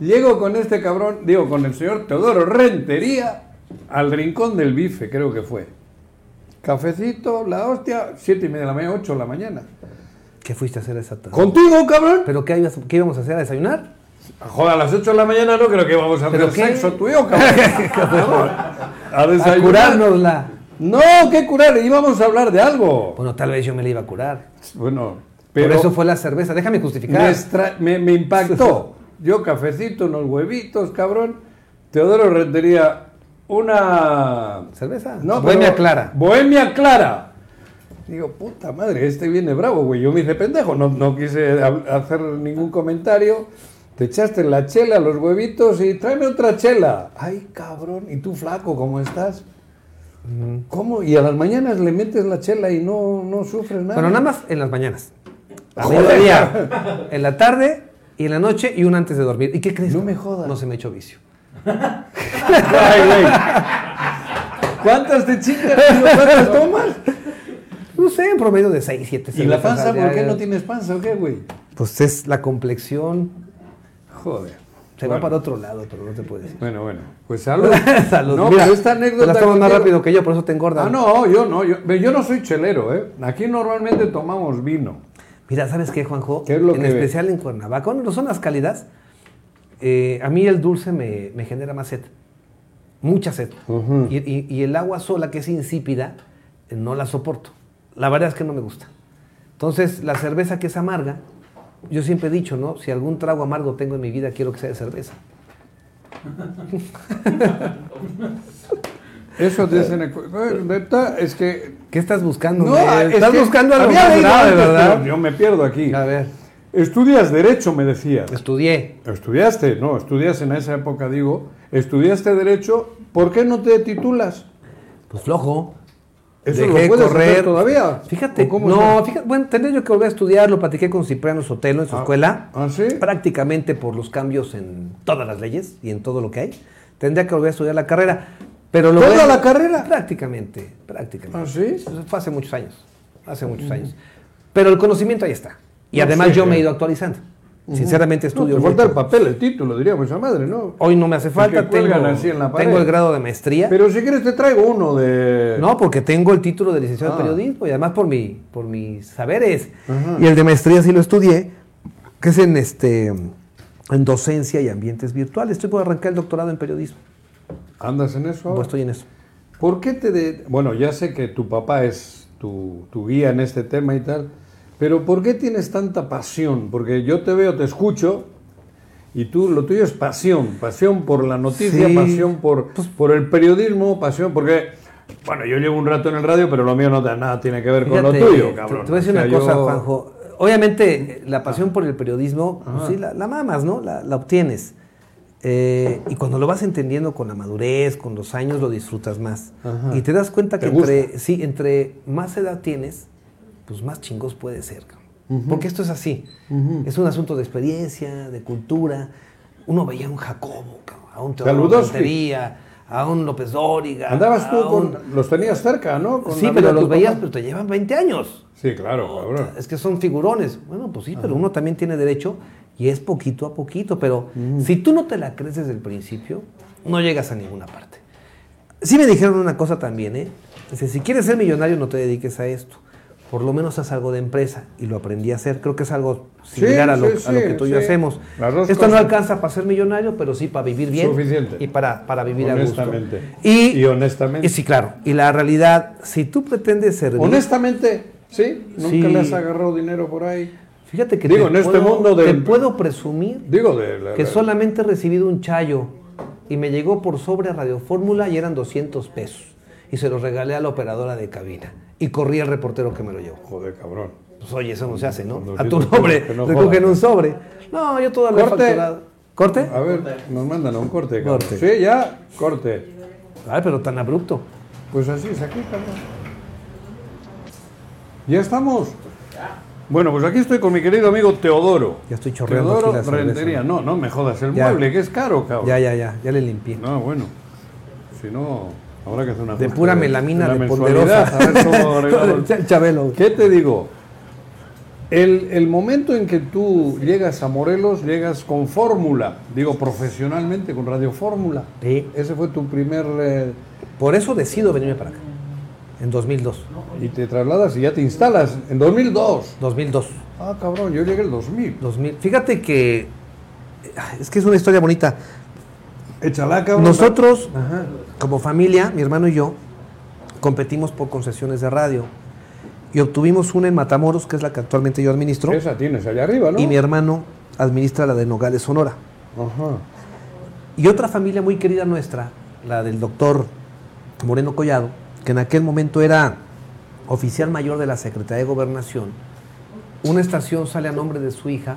Llego con este cabrón, digo, con el señor Teodoro Rentería al rincón del bife, creo que fue. Cafecito, la hostia, siete y media de la mañana, ocho de la mañana. ¿Qué fuiste a hacer esa tarde? ¿Contigo, cabrón? ¿Pero qué, ibas- qué íbamos a hacer? ¿A desayunar? Joder, a las 8 de la mañana no creo que vamos a ¿Pero hacer qué? sexo tú y yo, cabrón. Vamos a A desayunar. curárnosla. No, ¿qué curar? Íbamos a hablar de algo. Bueno, tal vez yo me la iba a curar. Bueno, pero Por eso fue la cerveza. Déjame justificar. me, extra- me- me impactó. Yo cafecito, unos huevitos, cabrón. Teodoro rendería una... ¿Cerveza? No, Bohemia pero- Clara. Bohemia Clara. Digo, puta madre, este viene bravo, güey. Yo me hice pendejo, no, no quise hab- hacer ningún comentario. Te echaste la chela, los huevitos y tráeme otra chela. Ay, cabrón, ¿y tú flaco cómo estás? ¿Cómo? Y a las mañanas le metes la chela y no, no sufres nada. Bueno, nada más en las mañanas. A Joder. mediodía, en la tarde y en la noche y una antes de dormir. ¿Y qué crees? No me jodas. No se me echó vicio. Ay, güey. ¿Cuántas te chingas? tío? ¿Cuántas tomas? No sé, en promedio de 6, 7, ¿Y la panza? ¿Por qué no tienes panza o qué, güey? Pues es la complexión. Joder. Se va Bueno. para otro lado, pero no te puedes. Bueno, bueno. Pues salud. Salud. No, Mira, pero esta te anécdota. Las tomas más contigo- rápido que yo, por eso te engordan. Ah, no, yo no. Yo, pero yo no soy chelero, ¿eh? Aquí normalmente tomamos vino. Mira, ¿sabes qué, Juanjo? ¿Qué es lo en que- especial en Cuernavaca, no son las cálidas. eh, a mí el dulce me, me genera más sed. Mucha sed. y, y- y el agua sola, que es insípida, eh, no la soporto. La verdad es que no me gusta. Entonces, la cerveza que es amarga, yo siempre he dicho, ¿no? Si algún trago amargo tengo en mi vida, quiero que sea de cerveza. Eso dicen. en cu- eh, neta, Es que. ¿Qué estás buscando? No, Nel? es eh, estás que buscando algo había más leído grave, antes, ¿verdad? pero Yo me pierdo aquí. A ver, Estudias Derecho, me decías. estudié. Estudiaste, no, estudias en esa época, digo. Estudiaste Derecho, ¿por qué no te titulas? Pues flojo. ¿Eso Dejé lo puedes hacer correr. todavía? Fíjate, ¿O cómo no, es? fíjate, bueno, tendría yo que volver a estudiar, lo platiqué con Cipriano Sotelo en su escuela. ¿Ah, sí? Prácticamente por los cambios en todas las leyes y en todo lo que hay. Tendría que volver a estudiar la carrera. Pero lo ¿Toda bueno- la carrera? Prácticamente, prácticamente. ¿Ah, sí? Eso Fue hace muchos años, hace muchos años. Pero el conocimiento ahí está. Y No además sé, yo me he eh. ido actualizando. Sinceramente No, estudio te falta el mucho. papel, el título, diríamos esa madre, ¿no? Hoy no me hace falta, que cuelgan tengo, así en la pared. tengo el grado de maestría. Pero si quieres te traigo uno de... No, porque tengo el título de licenciado Ah. en periodismo y además por mi, por mis saberes. Y el de maestría sí lo estudié, que es en este en docencia y ambientes virtuales. Estoy por arrancar el doctorado en periodismo. ¿Andas en eso? Pues estoy en eso. ¿Por qué te... de- Bueno, ya sé que tu papá es tu, tu guía en este tema y tal, pero ¿por qué tienes tanta pasión? Porque yo te veo, te escucho, y tú lo tuyo es pasión, pasión por la noticia, Sí. Pues- pasión por, por el periodismo, pasión porque... Bueno, yo llevo un rato en el radio, pero lo mío no te- nada tiene que ver con Fíjate, lo tuyo, te- cabrón. Te voy a decir O sea, una cosa, yo- Juanjo. Obviamente, eh, la pasión por el periodismo, pues sí, la, la mamas, ¿no? La, la obtienes. Eh, y cuando lo vas entendiendo con la madurez, con los años, lo disfrutas más. Y te das cuenta que Te gusta. entre, sí, entre más edad tienes, pues más chingos puede ser. cabrón. Porque esto es así. Es un asunto de experiencia, de cultura. Uno veía a un Jacobo, cabrón, a un Teodoro Saludowski. Rentería, a un López Dóriga. Andabas tú a Ah, un- con... Los tenías cerca, ¿no? Con Sí, la vida pero de los tu veías, pues papá. pero te llevan 20 años. Sí, claro, cabrón. Es que son figurones. Bueno, pues sí, pero uno también tiene derecho y es poquito a poquito. Pero Mm. si tú no te la crees desde el principio, no llegas a ninguna parte. Sí me dijeron una cosa también, ¿eh? Dice, si quieres ser millonario, no te dediques a esto. Por lo menos haz algo de empresa. Y lo aprendí a hacer. Creo que es algo similar a, lo, sí, a lo sí, que tú y yo sí. hacemos. Las dos Esto no cosas. alcanza para ser millonario, pero sí para vivir bien. Suficiente. Y para, para vivir Honestamente. a gusto. Y, Y honestamente. y sí, claro. Y la realidad, si tú pretendes servir... Honestamente, ¿Sí? ¿Nunca Sí. les agarró dinero por ahí? Fíjate que Digo, te en este puedo- mundo te del- puedo presumir Digo, de la- que la- solamente he recibido un chayo y me llegó por sobre a Radio Fórmula y eran 200 pesos. Y se los regalé a la operadora de cabina. Y corrí al reportero que me lo llevó. Joder, cabrón. Pues oye, eso no se hace, ¿no? Con A tu 200 nombre, pesos que no recogen jodan. un sobre. No, yo todo lo he Corte. facturado. ¿Corte? A ver, nos mandan a un corte, cabrón. Corte. Sí, ya, corte. Ay, pero tan abrupto. Pues así es aquí, cabrón. ¿Ya estamos? Bueno, pues aquí estoy con mi querido amigo Teodoro. Ya estoy chorreando Teodoro aquí la cerveza. Rentería. No, no me jodas el Ya. mueble, que es caro, cabrón. Ya, ya, ya, ya le limpié. No, bueno. Si no, habrá que hacer una de ajuste pura melamina la de mensualidad, ponderosa. A ver cómo arreglamos. Ch- Chabelo. ¿Qué te digo? El, el momento en que tú llegas a Morelos, llegas con fórmula, digo profesionalmente, con Radio Fórmula. Sí. Ese fue tu primer... eh, Por eso decido venirme para acá. En 2002. y te trasladas y ya te instalas en 2002. 2002. Ah, cabrón, yo llegué el 2000. 2000. Fíjate que. Es que es una historia bonita. Échala, cabrón. Nosotros, Ajá. como familia, mi hermano y yo, competimos por concesiones de radio. Y obtuvimos una en Matamoros, que es la que actualmente yo administro. Esa tienes allá arriba, ¿no? Y mi hermano administra la de Nogales, Sonora. Ajá. Y otra familia muy querida nuestra, la del doctor Moreno Collado, que en aquel momento era oficial mayor de la Secretaría de Gobernación, una estación sale a nombre de su hija,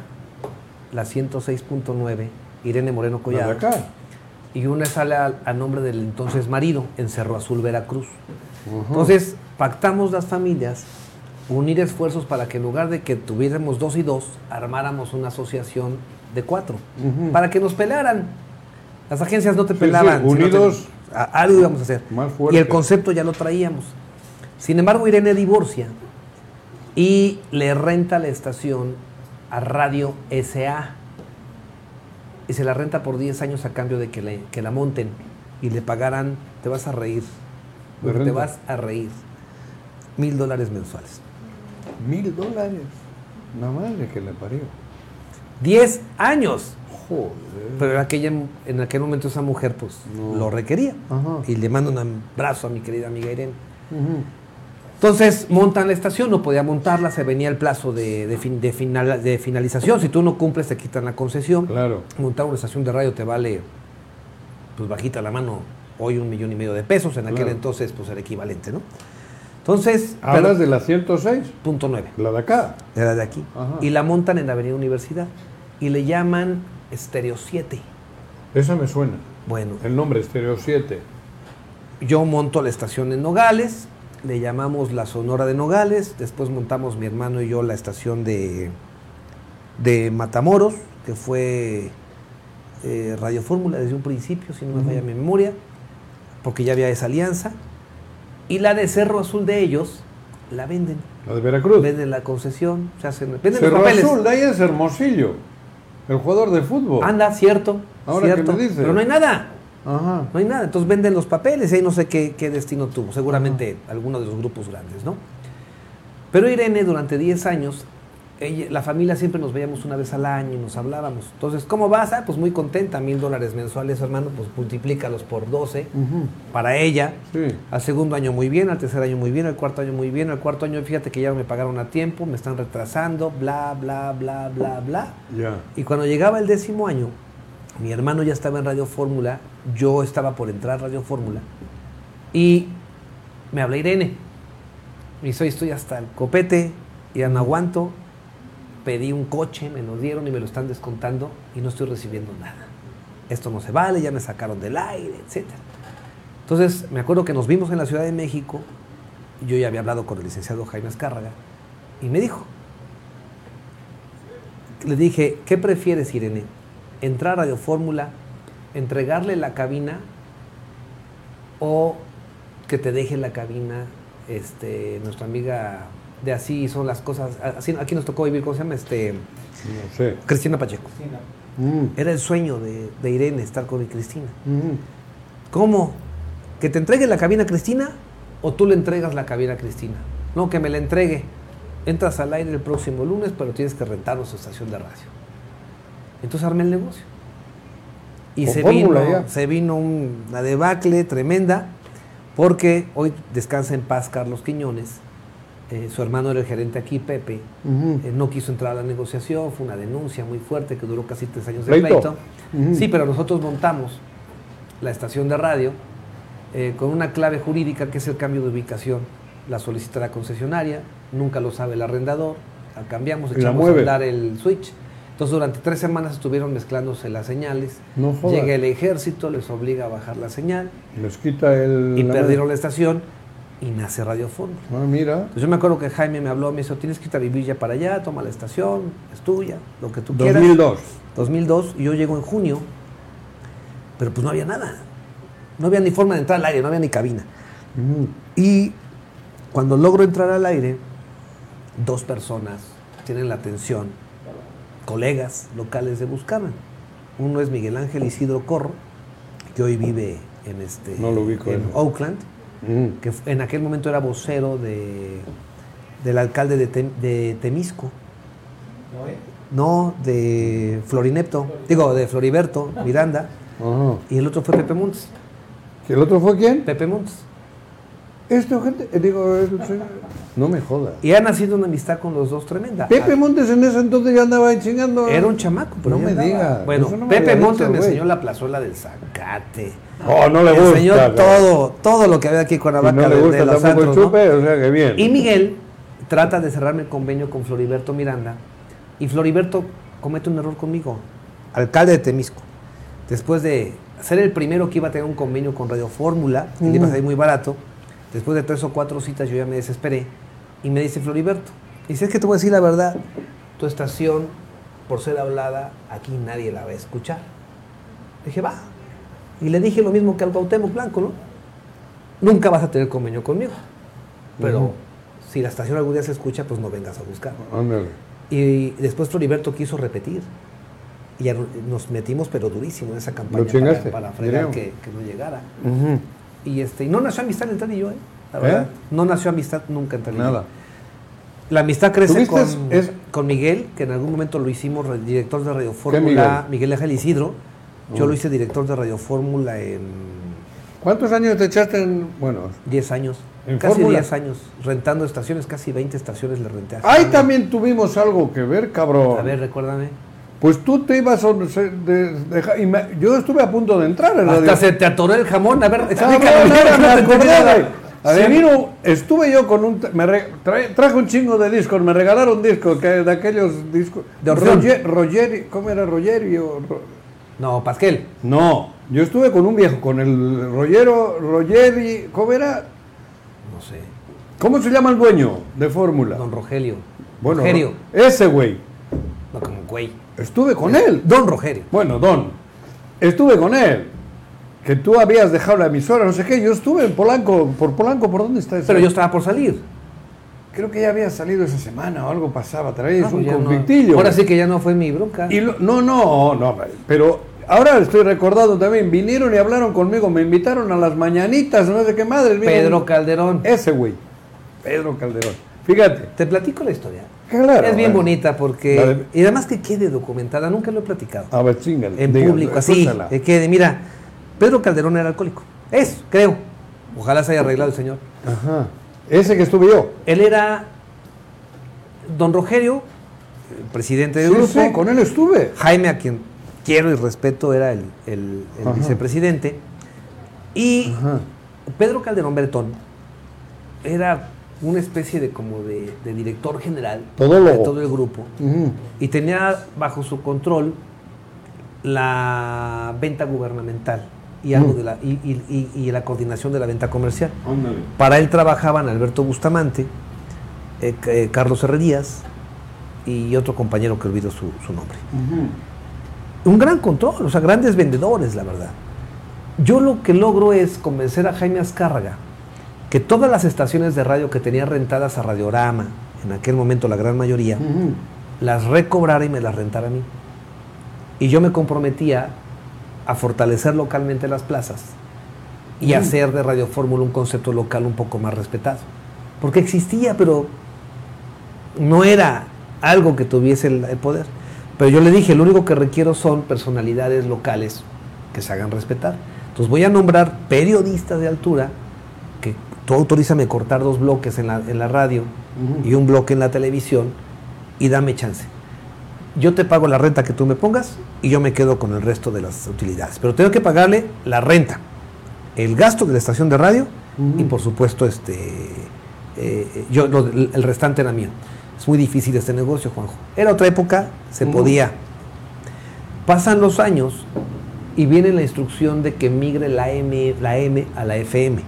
la 106.9, Irene Moreno La Collado, de acá. y una sale a, a nombre del entonces marido, en Cerro Azul, Veracruz. Entonces, pactamos las familias unir esfuerzos para que en lugar de que tuviéramos dos y dos, armáramos una asociación de cuatro, para que nos pelaran. Las agencias no te Sí, pelaban. sí, si no te- unidos. a- algo íbamos a hacer. Más y fuerte. el concepto ya lo traíamos. Sin embargo, Irene divorcia y le renta la estación a Radio SA. Y se la renta por 10 años a cambio de que, le- que la monten y le pagaran, te vas a reír, De te renta. vas a reír, mil dólares mensuales. Mil dólares. La madre que le parió. 10 años. Joder. Pero en, aquella, en aquel momento esa mujer pues Eh. No. lo requería. Ajá. Y le mando un abrazo a mi querida amiga Irene. Ujú. Entonces montan la estación, no podía montarla, se venía el plazo de, de fin- de final- de finalización. Si tú no cumples, te quitan la concesión. Claro. Montar una estación de radio te vale, pues bajita la mano, hoy un millón y medio de pesos. En aquel Claro. entonces, pues el equivalente, ¿no? Entonces, ¿Hablas de la 106? punto nueve. La de acá. Era de aquí. Ajá. Y la montan en la Avenida Universidad. Y le llaman Stereo 7. Esa me suena. Bueno, El nombre Stereo 7. yo monto la estación en Nogales, le llamamos la Sonora de Nogales, después montamos mi hermano y yo la estación de, de Matamoros, que fue eh, Radio Fórmula desde un principio, si no me falla mi memoria, porque ya había esa alianza, y la de Cerro Azul de ellos, la venden, La de Veracruz. venden la concesión, se hacen, venden los Cerro papeles. Azul, de ahí es Hermosillo. El jugador de fútbol. Anda, cierto, Ahora que cierto, me dices. pero no hay nada. Ajá. No hay nada. Entonces venden los papeles y ahí no sé qué, qué destino tuvo. Seguramente alguno de los grupos grandes, ¿no? Pero Irene, durante 10 años, ella- la familia siempre nos veíamos una vez al año y nos hablábamos. Entonces, ¿cómo vas? Ah, pues muy contenta, mil dólares mensuales, hermano, pues multiplícalos por 12 Ujú. para ella. Sí. Al segundo año muy bien, al tercer año muy bien, al cuarto año muy bien, al cuarto año fíjate que ya no me pagaron a tiempo, me están retrasando, bla, bla, bla, bla, bla. Ya. Y cuando llegaba el décimo año, mi hermano ya estaba en Radio Fórmula, yo estaba por entrar a Radio Fórmula, y me habla Irene. Me dice, "Oye, estoy hasta el copete, ya no aguanto, pedí un coche, me lo dieron y me lo están descontando y no estoy recibiendo nada. Esto no se vale, ya me sacaron del aire, etc. Entonces, me acuerdo que nos vimos en la Ciudad de México, y yo ya había hablado con el licenciado Jaime Azcárraga, y me dijo, le dije, ¿qué prefieres, Irene? ¿Entrar a Radio Fórmula, entregarle la cabina o que te deje la cabina este, nuestra amiga de así son las cosas? Así, aquí nos tocó vivir, ¿cómo se llama? Este, No sé. Cristina Pacheco. Mm. Era el sueño de, de Irene estar con Cristina. Ujú. ¿Cómo? ¿Que te entregue la cabina a Cristina o tú le entregas la cabina a Cristina? No, que me la entregue. Entras al aire el próximo lunes, pero tienes que rentarnos su estación de radio. Entonces armé el negocio. Y Con se fórmula vino, ya. se vino un- una debacle tremenda, porque hoy descansa en paz Carlos Quiñones, eh, su hermano era el gerente aquí, Pepe, eh, no quiso entrar a la negociación, fue una denuncia muy fuerte que duró casi tres años de Pleito. pleito. Sí, pero nosotros montamos la estación de radio eh, con una clave jurídica que es el cambio de ubicación. La solicita la concesionaria, nunca lo sabe el arrendador, la cambiamos, Y la echamos a mueve. andar el switch. Entonces durante tres semanas estuvieron mezclándose las señales. No jodas. Llega el ejército, les obliga a bajar la señal Les quita el. y la- perdieron la estación y nace Radio Fórmula. Ah, mira. Entonces Pues yo me acuerdo que Jaime me habló, me dijo, tienes que irte a vivir ya para allá, toma la estación, es tuya, lo que tú quieras. 2002. 2002, y yo llego en junio, pero pues no había nada. No había ni forma de entrar al aire, no había ni cabina. Mm. Y cuando logro entrar al aire, dos personas tienen la atención, colegas locales de Buscaman. Uno es Miguel Ángel Isidro Corro, que hoy vive en, este, No lo ubico, eh. en él. Oakland, Mm. que f- en aquel momento era vocero de, del alcalde de, Tem- de Temisco. No, de Florinepto, digo, de Floriberto Miranda, Ajá. y el otro fue Pepe Montes. ¿Y ¿El otro fue quién? Pepe Montes. Esto, gente. eh, Digo, eh, sí. no me jodas. Y ha nacido una amistad con los dos tremenda. Ah, Pepe Montes en ese entonces ya andaba ahí chingando. Era un chamaco, pero No ya me andaba. digas, Bueno, eso no me Pepe había Montes dicho, me güey. enseñó la plazuela del Zacate. Oh, no le Me gusta. enseñó pero- todo, todo lo que había aquí en Si Cuernavaca no le de, de gusta los tampoco el antros, ¿no? chupe, o sea que bien. Y Miguel trata de cerrarme el convenio con Floriberto Miranda. Y Floriberto comete un error conmigo, alcalde de Temisco. Después de ser el primero que iba a tener un convenio con Radio Fórmula, que le iba a salir muy barato, después de tres o cuatro citas yo ya me desesperé. Y me dice Floriberto, y si es que te voy a decir la verdad, tu estación, por ser hablada, aquí nadie la va a escuchar. Dije, va. Y le dije lo mismo que al Cuauhtémoc Blanco, ¿no? Nunca vas a tener convenio conmigo. Pero si la estación algún día se escucha, pues no vengas a buscar. Ándale. Y después Floriberto quiso repetir. Y ya nos metimos, pero durísimo en esa campaña Lo chingaste, para, para fregar creo. que, que no llegara. Ujú. Y este, y no nació amistad entre él y yo, ¿eh? La ¿Eh? verdad. No nació amistad nunca entre él y yo. Nada. La amistad crece ¿Tuviste con, es- con Miguel, que en algún momento lo hicimos re- director de Radio Miguel? Fórmula, Miguel Ángel Isidro. Yo lo hice director de Radio Fórmula en ¿Cuántos años te echaste en.? Bueno. 10 años. ¿En Casi Fórmula? 10 años. Rentando estaciones, casi 20 estaciones le renté a Ahí Fórmula. también tuvimos algo que ver, cabrón. A ver, recuérdame. Pues tú te ibas a. se- de- deja- y me- yo estuve a punto de entrar en Hasta radio. se te atoró el jamón. A ver, Cabrón, explícame. ahora Ah, me No te entendí acordé, nada. güey. A Se ver, vino, estuve yo con un. me re- trae- traje un chingo de discos, me regalaron discos, que de aquellos discos. De Orfeón. Roger- Rogeri- ¿Cómo era Rogerio? Ro- No, Pasquel. No, yo estuve con un viejo, con el Rogero, Rogeri, ¿cómo era? No sé. ¿Cómo se llama el dueño de Fórmula? Don Rogelio. Bueno, Rogelio. ese güey. No, como güey. Estuve con él. Don Rogelio. Bueno, Don, estuve con él. Que tú habías dejado la emisora, no sé qué. Yo estuve en Polanco. ¿Por Polanco? ¿Por dónde está ese? Pero yo estaba por salir. Creo que ya había salido esa semana o algo pasaba. Traías No, pues un ya no. conflictillo. Ahora sí que ya no fue mi bronca. Y lo- no, no, no. Pero ahora estoy recordando también. Vinieron y hablaron conmigo. Me invitaron a las mañanitas, no sé qué madre. vino Pedro un- Calderón. Ese güey. Pedro Calderón. Fíjate. Te platico la historia. Claro, es bien bueno. bonita porque... La de- Y además que quede documentada. Nunca lo he platicado. A ver, chingale. en diga, público, así, Ah, escúchala. que quede, mira, Pedro Calderón era alcohólico. Es, creo. Ojalá se haya arreglado el señor. Ajá. Ese que estuve yo. Él era don Rogelio, el presidente del Sí, grupo. sí, con él estuve. Jaime, a quien quiero y respeto, era el, el- el Ajá. vicepresidente. Y Ajá. Pedro Calderón Bertón era una especie de como de, de director general Todólogo. de todo el grupo. Ujú. y tenía bajo su control la venta gubernamental y algo de la y, y- y- y la coordinación de la venta comercial. Para él trabajaban Alberto Bustamante, eh, C- eh, Carlos Herrerías y otro compañero que olvido su, su nombre. Un gran control, o sea, grandes vendedores, la verdad. Yo lo que logro es convencer a Jaime Azcárraga que todas las estaciones de radio que tenía rentadas a Radiorama, en aquel momento la gran mayoría, Ujú. las recobrara y me las rentara a mí. Y yo me comprometía a fortalecer localmente las plazas y hacer de Radio Fórmula un concepto local un poco más respetado. Porque existía, pero no era algo que tuviese el, el poder. Pero yo le dije, lo único que requiero son personalidades locales que se hagan respetar. Entonces voy a nombrar periodistas de altura que, tú autorízame cortar dos bloques en la, en la radio y un bloque en la televisión y dame chance. Yo te pago la renta que tú me pongas y yo me quedo con el resto de las utilidades. Pero tengo que pagarle la renta, el gasto de la estación de radio y por supuesto este eh, yo lo- el restante era mío. Es muy difícil este negocio, Juanjo. Era otra época, se podía. Pasan los años y viene la instrucción de que migre la M, la M a la FM.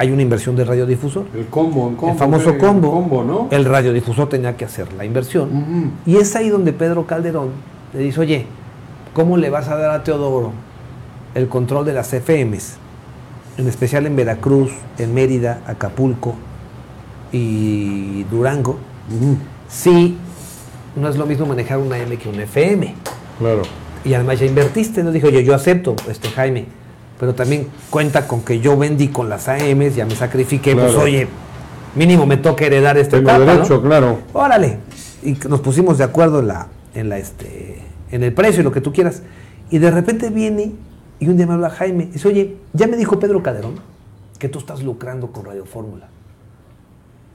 Hay una inversión del radiodifusor. El combo, el combo. el famoso eh, combo. combo, ¿no? El radiodifusor tenía que hacer la inversión. Ujú. Y es ahí donde Pedro Calderón le dice, oye, ¿cómo le vas a dar a Teodoro el control de las FMs? En especial en Veracruz, en Mérida, Acapulco y Durango. Si no es lo mismo manejar una M que una FM. Claro. Y además ya invertiste, nos dijo, oye, yo acepto, este Jaime, pero también cuenta con que yo vendí con las AMs, ya me sacrifiqué, pues Claro. oye, mínimo me toca heredar esta Tengo etapa, ¿no? derecho, claro. Órale. Y que nos pusimos de acuerdo en la, en la, este, en el precio y lo que tú quieras. Y de repente viene y un día me habla Jaime. y Dice, oye, ya me dijo Pedro Calderón que tú estás lucrando con Radio Fórmula.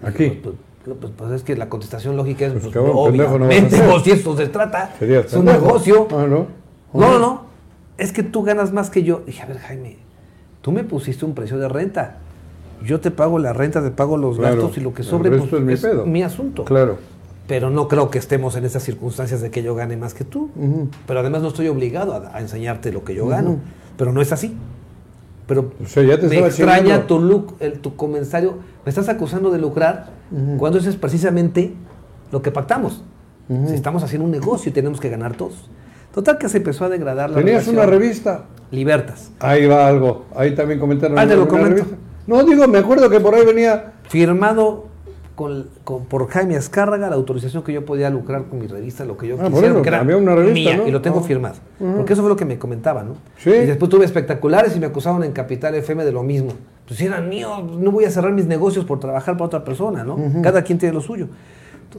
Aquí. Pues, pues, pues, pues, es que la contestación lógica es, pues, cabrón, pendejo no vas a obviamente, hacer. pues, si esto se trata, Sería es un pendejo. negocio. Ah, ¿no? No, no, no. Es que tú ganas más que yo. Dije, a ver, Jaime, tú me pusiste un precio de renta. Yo te pago la renta, te pago los Claro. gastos y lo que El sobre pues, resto es mi pedo. asunto. Claro. Pero no creo que estemos en esas circunstancias de que yo gane más que tú. Mm. Pero además no estoy obligado a, a enseñarte lo que yo gano. Pero no es así. Pero O sea, Mm-hmm. Pues ya te me estaba extraña chingando. tu, luc- el- tu comentario. Me estás acusando de lucrar Mm-hmm. cuando eso es precisamente lo que pactamos. Mm-hmm. Si estamos haciendo un negocio y tenemos que ganar todos. Total que se empezó a degradar la Tenías relación. una revista. Libertas. Ahí va algo. Ahí también comentaron. Ah, te lo alguna comento. revista. No, digo, me acuerdo que por ahí venía. Firmado con, con- por Jaime Azcárraga la autorización que yo podía lucrar con mi revista, lo que yo Ah, por quisiera. eso, que era había una revista, mía, ¿no? Y lo tengo Ah. firmado. Porque eso fue lo que me comentaban, ¿no? Sí. Y después tuve espectaculares y me acusaron en Capital FM de lo mismo. Pues si eran míos, no voy a cerrar mis negocios por trabajar para otra persona, ¿no? Cada quien tiene lo suyo.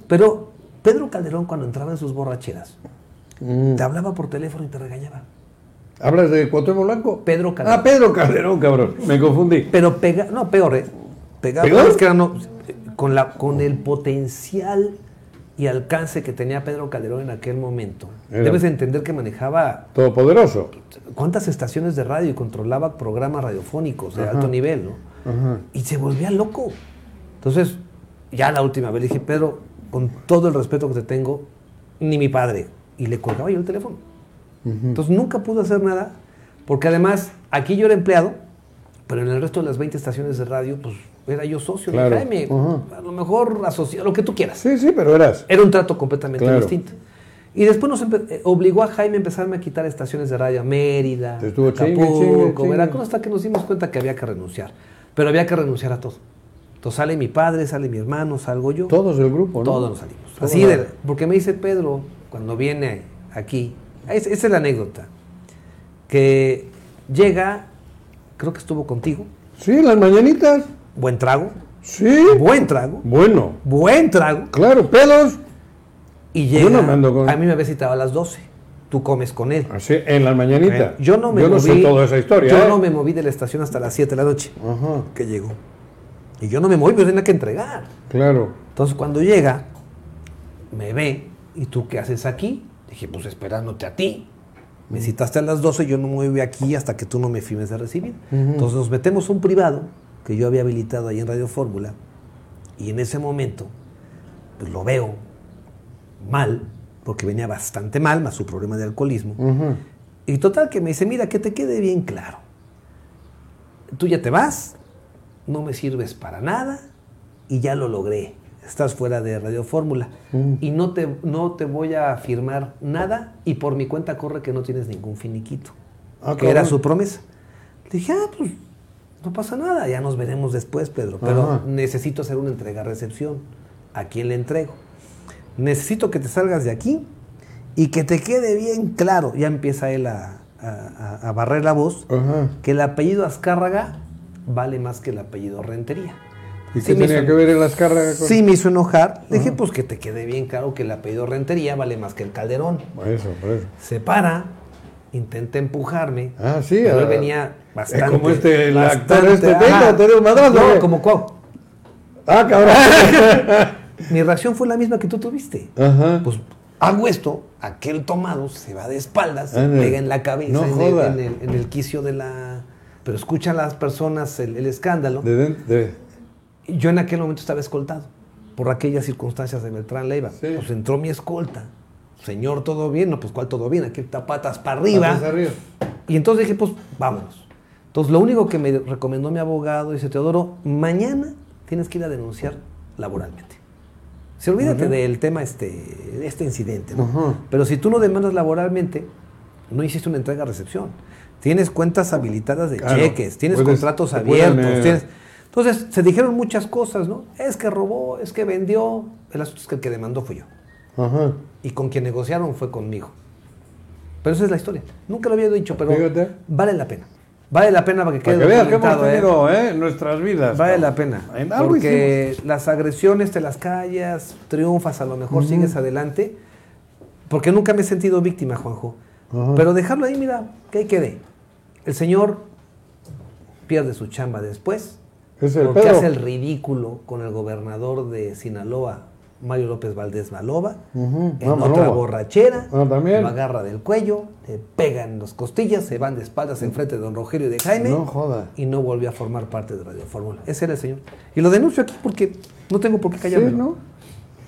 Pero Pedro Calderón, cuando entraba en sus borracheras, Mm. te hablaba por teléfono y te regañaba. ¿Hablas de Cuauhtémoc Blanco? Pedro Calderón. Ah, Pedro Calderón, cabrón. Me confundí. Pero pega, no, peor, ¿eh? Pegado, ¿Peor? es que era no- con, la, con el potencial y alcance que tenía Pedro Calderón en aquel momento. Era- Debes de entender que manejaba Todopoderoso. cuántas estaciones de radio y controlaba programas radiofónicos de alto nivel, ¿no? Y se volvía loco. Entonces, ya la última vez le dije, Pedro, con todo el respeto que te tengo, ni mi padre. Y le colgaba yo el teléfono. Entonces nunca pudo hacer nada, porque además aquí yo era empleado, pero en el resto de las 20 estaciones de radio, pues era yo socio de Claro. FM, a lo mejor asociado, lo que tú quieras. Sí, sí, pero eras. Era un trato completamente Claro. distinto. Y después nos empe- eh, obligó a Jaime a empezarme a quitar estaciones de radio a Mérida, Te estuvo chingue, Acapulco, chingue, chingue. Veracruz, hasta que nos dimos cuenta que había que renunciar. Pero había que renunciar a todo. Entonces sale mi padre, sale mi hermano, salgo yo. Todos del grupo, ¿no? Todos nos salimos. Todos Así nos- de, porque me dice Pedro cuando viene aquí, es- esa es la anécdota, que llega, creo que estuvo contigo, Sí, las mañanitas. buen trago, Sí. buen trago, Bueno. buen trago, Claro, pedos. y Yo llega, no me ando con- a mí me había citado a las 12, tú comes con él. Así, en las mañanitas. Yo no me Yo no moví, sé toda esa historia. Yo ¿eh? no me moví de la estación hasta las 7 de la noche, Ajá, que llegó. Y yo no me moví, pero tenía que entregar. claro. Entonces cuando llega, me ve, ¿y tú qué haces aquí? Dije, pues esperándote a ti. Me citaste a las 12, yo no me voy aquí hasta que tú no me firmes de recibir. Entonces nos metemos un privado que yo había habilitado ahí en Radio Fórmula y en ese momento pues, lo veo mal, porque venía bastante mal, más su problema de alcoholismo. Y total que me dice, mira, que te quede bien claro. Tú ya te vas, no me sirves para nada y ya lo logré. Estás fuera de Radio Fórmula Mm. y no te, no te voy a firmar nada y por mi cuenta corre que no tienes ningún finiquito. Ah, que era cabrón. su promesa. Le dije, ah, pues no pasa nada, ya nos veremos después, Pedro, pero Ajá. necesito hacer una entrega-recepción. ¿A quién le entrego? Necesito que te salgas de aquí y que te quede bien claro. Ya empieza él a, a- a- a barrer la voz Ajá. que el apellido Azcárraga vale más que el apellido Rentería. ¿Y Sí qué me tenía hizo- que ver en las cargas con Sí, me hizo enojar. Le Dije, pues que te quede bien claro que el apellido Rentería vale más que el Calderón. Eso, por eso. Se para intenta empujarme. Ah, sí, Pero ah, él venía bastante. como este, el actor este, bastante- venga, ajá. te doy un madrazo, No, eh. como Cuau. Ah, cabrón. Mi reacción fue la misma que tú tuviste. Ajá. Pues hago esto, aquel tomado se va de espaldas, se Ándale. pega en la cabeza, No en, el, joda. en el- en el quicio de la. Pero escucha a las personas el, el escándalo. De den- de- Y Yo en aquel momento estaba escoltado por aquellas circunstancias de Beltrán Leiva. Sí. Pues entró mi escolta. Señor, ¿todo bien? No, pues ¿cuál todo bien? Aquí está patas para arriba. Patas arriba. Y entonces dije, pues vámonos. Entonces lo único que me recomendó mi abogado, dice Teodoro, mañana tienes que ir a denunciar laboralmente. Se olvídate del tema este, de este incidente, ¿no? Ajá. Pero si tú lo demandas laboralmente, no hiciste una entrega-recepción. Tienes cuentas habilitadas de Claro. cheques, tienes Puedes- contratos te pueden, abiertos, eh, tienes... Entonces, se dijeron muchas cosas, ¿no? Es que robó, es que vendió. El asunto es que el que demandó fui yo. Ajá. Y con quien negociaron fue conmigo. Pero esa es la historia. Nunca lo había dicho, pero Fíjate. vale la pena. Vale la pena para que quede Para que veas que hemos documentado, ¿eh? tenido ¿eh? en nuestras vidas. Vale cabrón. la pena. En algo Porque las agresiones te las callas, triunfas, a lo mejor sigues adelante. Porque nunca me he sentido víctima, Juanjo. Pero dejarlo ahí, mira, que ahí quede. El señor pierde su chamba después. Es el porque Pedro. hace el ridículo con el gobernador de Sinaloa, Mario López Valdés Maloba, Ujú. en Ah, otra Maloba. borrachera, Ah, también. lo agarra del cuello, le pegan las costillas, se van de espaldas enfrente de don Rogelio y de Jaime No joda. y no volvió a formar parte de Radio Fórmula. Ese era el señor. Y lo denuncio aquí porque no tengo por qué callarme. Sí, ¿no?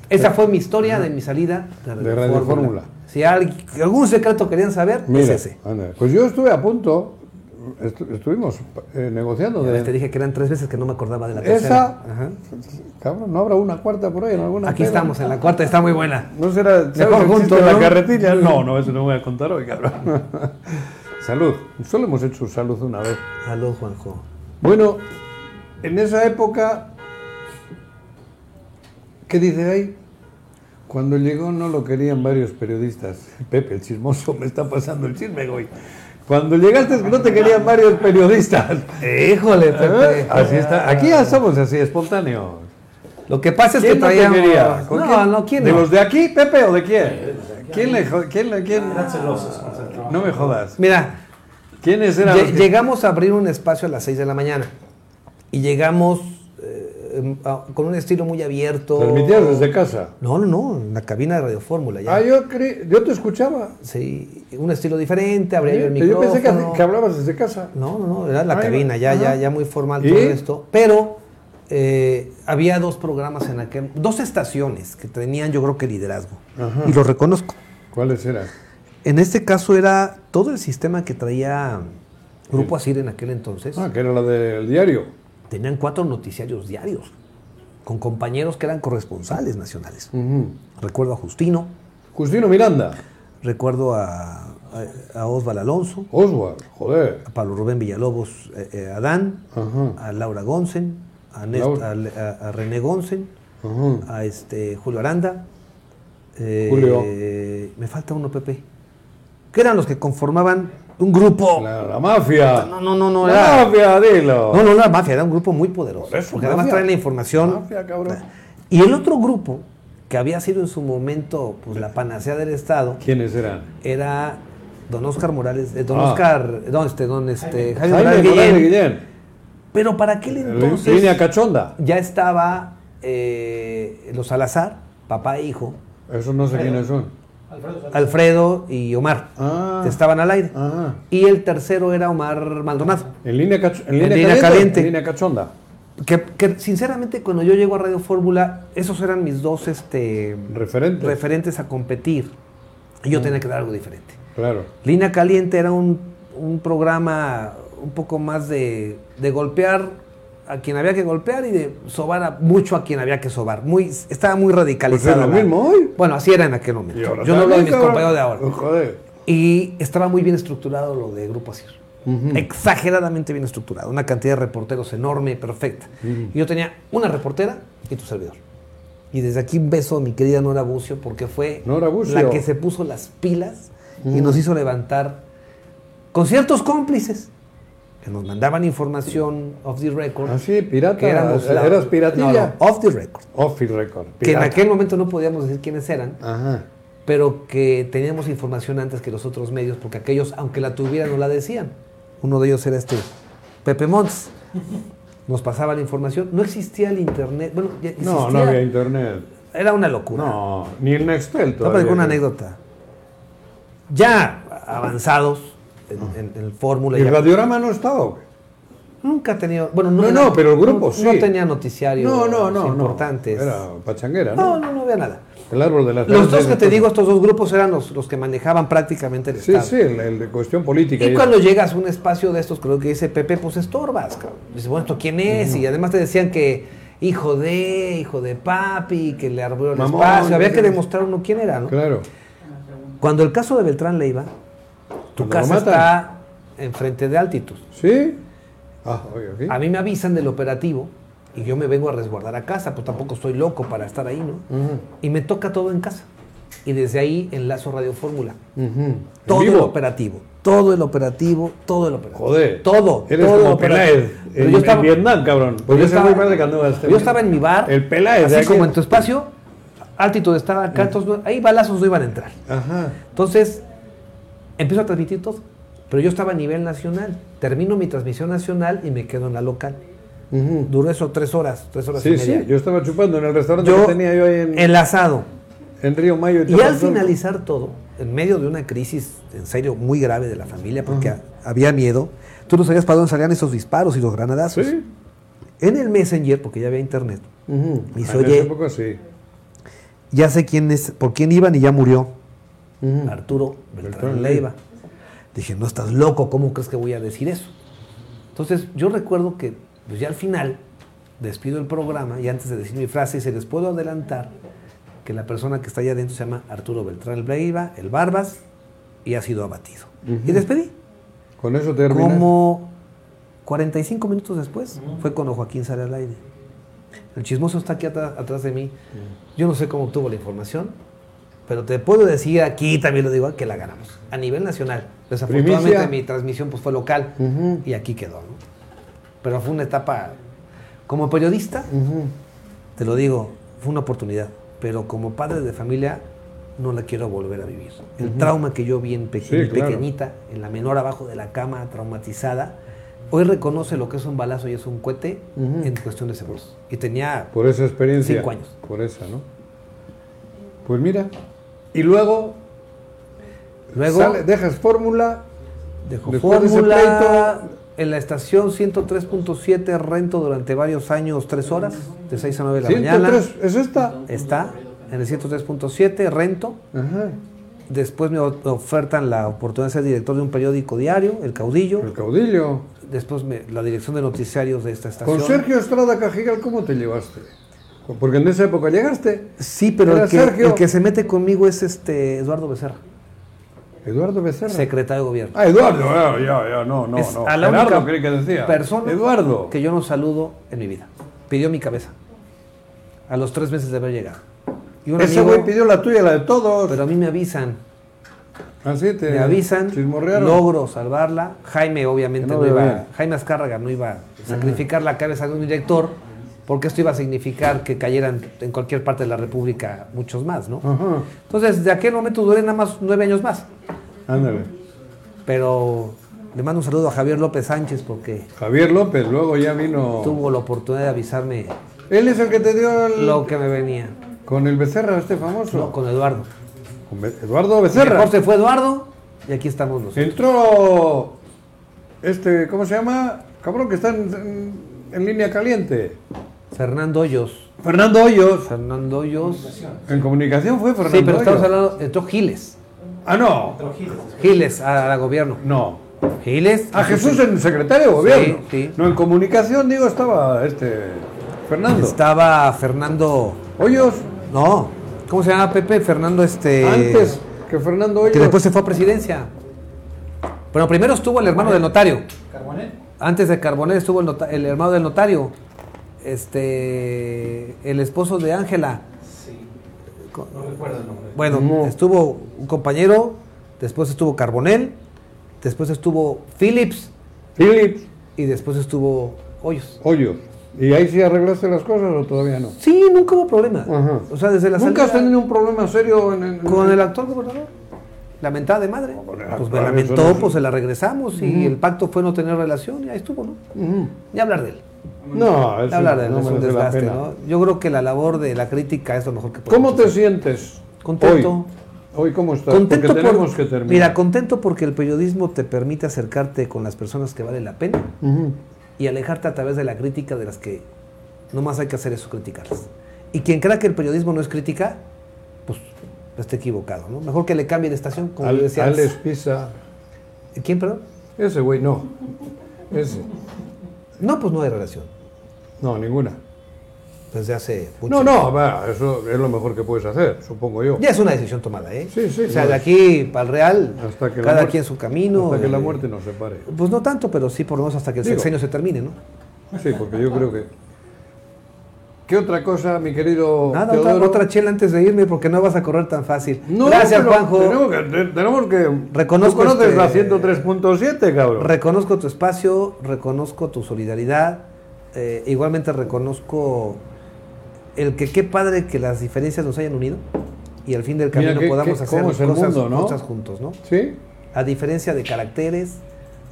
Esa fue mi historia de mi salida de Radio, De Radio Fórmula. Si alg- algún secreto querían saber, es Mira, ese. anda, pues yo estuve a punto, estu- estuvimos eh, negociando. Ya de- ves, te dije que eran tres veces que no me acordaba de la tercera. esa, Ajá. cabrón, no habrá una cuarta por ahí en alguna. Aquí peda? estamos, en la cuarta, está muy buena. No será Mejor ¿sabes? juntos, ¿Existe ¿no? la carretilla. No, no, eso no voy a contar hoy, cabrón. salud. Solo hemos hecho salud una vez. Salud, Juanjo. Bueno, en esa época, ¿qué dice ahí? Cuando llegó no lo querían varios periodistas. Pepe, el chismoso, me está pasando el chisme, güey. Cuando llegaste no te querían varios periodistas. Híjole, ¿Eh? Pepe. Así está. Aquí ya somos así, espontáneos. Lo que pasa es que ¿Quién no te traíamos... quería? ¿Con no, quién? no, ¿quién ¿De no? los de aquí, Pepe, o de quién? ¿Quién le jo- quién, le- quién? No me jodas. Mira, ¿Quiénes eran? Lle- los que- Llegamos a abrir un espacio a las 6 de la mañana y llegamos eh, em, a- con un estilo muy abierto. ¿Transmitías desde casa? No, no, no, en la cabina de Radio Fórmula ya. Ah, yo, cre- yo te escuchaba. Sí, un estilo diferente, abría yo el Yo, micrófono. pensé que, que hablabas desde casa. No, no, no, era la Ah, cabina, ya, ajá. ya, ya muy formal ¿Y? todo esto. Pero eh, había dos programas en aquel, dos estaciones que tenían yo creo que liderazgo. Y lo reconozco. ¿Cuáles eran? En este caso era todo el sistema que traía Grupo Asir en aquel entonces. Ah, que era la del diario. tenían cuatro noticiarios diarios con compañeros que eran corresponsales nacionales. Recuerdo a Justino, Justino Miranda. recuerdo a, a, a Osval Alonso, Oswald, joder. a Pablo Rubén Villalobos eh, eh, Adán, Ajá. a Laura Gonsen, a, Nest- Laura. a Le- a- a René Gonsen, Ajá. a este Julio Aranda. eh, Julio. Me falta uno, Pepe. Que eran los que conformaban un grupo. La, la mafia. No, no, no, no, La era- mafia, dilo. No, no, la mafia, era un grupo muy poderoso. Por eso, porque además mafia. traen la información. Mafia, cabrón. Y el otro grupo, que había sido en su momento pues, la panacea del Estado, ¿Quiénes eran? era don Oscar Morales, eh, don Ah. Oscar, eh, no, este, don este, Jaime, Jaime Morales Morales Guillén. Guillén. Pero para Eh, aquel entonces Línea cachonda. ya estaba eh, los Salazar, papá e hijo, Eso no sé quiénes son. Alfredo y Omar, Ah. estaban al aire. Ajá. Y el tercero era Omar Maldonado. En línea, cach- en línea, línea caliente. caliente. En línea cachonda. Que, que, sinceramente cuando yo llego a Radio Fórmula, esos eran mis dos este, Referentes. referentes a competir. Y Mm. yo tenía que dar algo diferente. Claro. Lina Caliente era un, un programa un poco más de, de golpear a quien había que golpear y de sobar a- mucho a quien había que sobar. Muy, estaba muy radicalizado. Pues es lo la- mismo hoy. Bueno, así era en aquel momento. Y ahora Yo no hablo de también, mis cabrón. compañeros de ahora. Joder. Y estaba muy bien estructurado lo de Grupo Asir. Exageradamente bien estructurado. Una cantidad de reporteros enorme, perfecta. Y yo tenía una reportera y tu servidor. Y desde aquí un beso a mi querida Nora Bucio, porque fue Nora Bucio. la que se puso las pilas y nos hizo levantar con ciertos cómplices que nos mandaban información off the record. Ah, sí, pirata. que éramos la- Eras piratilla. No, no, off the record. Off record. Que en pirata. aquel momento no podíamos decir quiénes eran, Ajá. pero que teníamos información antes que los otros medios, porque aquellos, aunque la tuvieran, no la decían. Uno de ellos era este Pepe Montes. Nos pasaba la información. No existía el internet. Bueno, ya No, no existía. había internet. Era una locura. No, ni el Nextel Te voy a todavía. platicar una anécdota. Ya avanzados en, Ah. en- en el fórmula. ¿El ya- radiorama no estaba? o qué? Nunca ha tenido. Bueno, No, era- no, pero el grupo no, sí. No tenía noticiarios No, no, no. no. importantes. Era pachanguera, No, ¿no? no, no había nada. El árbol de las Los grandes dos que te historias. digo, estos dos grupos eran los, los que manejaban prácticamente el Sí, Estado. sí, el, el de cuestión política. Y Y- cuando llegas a un espacio de estos, creo que dice Pepe, pues estorbas, cabrón. Dices, bueno, ¿esto quién es? Y además te decían que hijo de, hijo de papi, que le arruinó el Mamón, espacio. Había ya que sabes. demostrar uno quién era, ¿no? Claro. Cuando el caso de Beltrán Leiva, tu Cuando casa lo matan. está enfrente de altitud. ¿Sí? Ah, oye, aquí. A mí me avisan del operativo y yo me vengo a resguardar a casa, pues tampoco estoy loco para estar ahí, ¿no? Ujú, Y me toca todo en casa. Y desde ahí enlazo Radio Fórmula. ujú. ¿En Todo el vivo? operativo. Todo el operativo, todo el operativo. Joder. Todo. Eres todo como operativo. Peláez Pero en, yo estaba- en Vietnam, cabrón. Yo Porque ese estaba- fue el de Canoas. Yo estaba en mi bar. este El Peláez. ¿eh? de Mm. Así aquí. como en tu espacio, altitud estaba acá, entonces no- ahí balazos no iban a entrar. Ajá. Entonces, empiezo a transmitir todo. Pero yo estaba a nivel nacional. Termino mi transmisión nacional y me quedo en la local. ujú. Duró eso tres horas, tres horas y Sí, media. sí. Yo estaba chupando en el restaurante Yo- que tenía yo ahí en, Enlazado. en Río Mayo. Y al Tapachula. finalizar todo, en medio de una crisis en serio muy grave de la familia, porque ha- había miedo, tú no sabías para dónde salían esos disparos y los granadazos. Sí. En el Messenger, porque ya había internet, ujú. Y se En oye- esa época sí. ya sé quién es, por quién iban y ya murió. Ujú. Arturo Beltrán Beltrán Leiva. Dije, no estás loco, ¿cómo crees que voy a decir eso? Entonces, yo recuerdo que pues ya al final despido el programa y antes de decir mi frase, se les puedo adelantar que la persona que está allá adentro se llama Arturo Beltrán Leiva, el Barbas, y ha sido abatido. Y despedí. Con eso terminé. Como 45 minutos después, fue cuando Joaquín sale al aire. El chismoso está aquí atrás, atrás de mí. Yo no sé cómo obtuvo la información, pero te puedo decir aquí, también lo digo, que la ganamos. A nivel nacional. Desafortunadamente Primicia. mi transmisión pues, fue local Ujú. y aquí quedó. ¿no? Pero fue una etapa, como periodista, Ujú. te lo digo, fue una oportunidad. Pero como padre de familia, no la quiero volver a vivir. El trauma que yo vi en pequeña- Sí, claro. pequeñita, en la menor abajo de la cama, traumatizada, hoy reconoce lo que es un balazo y es un cohete Ujú. Pues, en cuestión de segundos. Y tenía Por esa experiencia. Cinco años. Por esa, ¿no? Pues mira. Y luego, Luego sale- dejas fórmula. dejó después de ese fórmula pleito- en la estación 103.7 rento durante varios años, tres horas, de 6 a 9 de la mañana. 103. ¿Es esta? Está en el 103.7 rento. Ajá. Después me o- ofertan la oportunidad de ser director de un periódico diario, El Caudillo. El caudillo. Después me- la dirección de noticiarios de esta estación. Con Sergio Estrada Cajigal, ¿cómo te llevaste? Porque en esa época llegaste. Sí, pero Era el que, Sergio. el que se mete conmigo es este Eduardo Becerra, Eduardo Becerra. secretario de gobierno. Ah, Eduardo, ya, ya, ya, no, no, es no. a la Gerardo, única creí que decía. persona Eduardo. que yo no saludo en mi vida. Pidió mi cabeza. A los tres meses de haber llegado. Y un Ese amigo, güey pidió la tuya, la de todos. pero a mí me avisan, Así te me avisan, Este, chismorrearon. logro salvarla. Jaime obviamente Que no, no iba, bebía. Jaime Azcárraga no iba a sacrificar la cabeza de un director, porque esto iba a significar que cayeran en cualquier parte de la República muchos más, ¿no? Ajá. Entonces, de aquel momento duré nada más nueve años más. Ándale. Pero le mando un saludo a Javier López Sánchez porque Javier López, luego ya vino. tuvo la oportunidad de avisarme Él es el que te dio el- lo que me venía. con el Becerra, este famoso. No, con Eduardo. Con Be- Eduardo Becerra. Mejor se fue Eduardo y aquí estamos nosotros. Entró este, ¿cómo se llama? Cabrón, que está en, en- en línea caliente. Fernando Hoyos. Fernando Hoyos. Fernando Hoyos. En comunicación fue Fernando Sí, pero estamos Hoyos. hablando. Entró Giles. Ah, no. Giles a, a gobierno. No. Giles. A Ah, Jesús en secretario de gobierno. Ah, sí. No, en comunicación, digo, estaba este. Fernando. Estaba Fernando. Hoyos, No. ¿Cómo se llama Pepe? Fernando este. antes que Fernando Hoyos. Que después se fue a presidencia. Bueno, primero estuvo el hermano del notario. Antes de Carbonell estuvo el, nota- el hermano del notario. Este. El esposo de Ángela. Co- Bueno, No. estuvo un compañero. Después estuvo Carbonell. Después estuvo Phillips. Philip Y después estuvo Hoyos. Hoyos. ¿Y ahí sí arreglaste las cosas o todavía no? Sí, nunca hubo problema. Ajá. O sea, desde la ¿Nunca has salida- tenido un problema serio en, en- Con el actual gobernador. Lamentada de madre. bueno, pues me claro, eso lamentó, no- pues se la regresamos y el pacto fue no tener relación y ahí estuvo, ¿no? Ujú. Ni hablar de él. No, Ni eso hablar de él, no es un merece la desgaste, pena. ¿no? Yo creo que la labor de la crítica es lo mejor que podemos ¿Cómo te hacer. sientes? Contento. Hoy, Hoy, ¿cómo estás? Contento Porque tenemos por- que terminar. Mira, contento porque el periodismo te permite acercarte con las personas que vale la pena Ujú. y alejarte a través de la crítica de las que nomás hay que hacer eso, criticarlas. Y quien crea que el periodismo no es crítica, pues está equivocado, ¿no? Mejor que le cambie de estación, como Al- yo decía Alex antes. Pisa. ¿Quién, perdón? Ese güey no. Ese. No, pues no hay relación. No, ninguna. Desde hace mucho No, no, va, eso es lo mejor que puedes hacer, supongo yo. Ya es una decisión tomada, ¿eh? Sí, sí, O sea, claro. de aquí para el Real, Hasta que la cada muerte- quien su camino. Hasta que la eh, muerte nos separe. Pues no tanto, pero sí por lo menos hasta que el Digo. sexenio se termine, ¿no? Sí, porque yo creo que. ¿Qué otra cosa, mi querido Nada, otra, Teodoro? otra chela antes de irme porque no vas a correr tan fácil. No, Gracias, pero Juanjo. Tenemos que. te- Tenemos que Reconozco Tú conoces este- la 103.7, cabrón. Reconozco tu espacio, reconozco tu solidaridad, eh, igualmente reconozco el que qué padre que las diferencias nos hayan unido y al fin del Mira, camino qué- podamos qué- hacer cómo es el cosas, mundo, ¿no? cosas juntos, ¿no? ¿Sí? A diferencia de caracteres,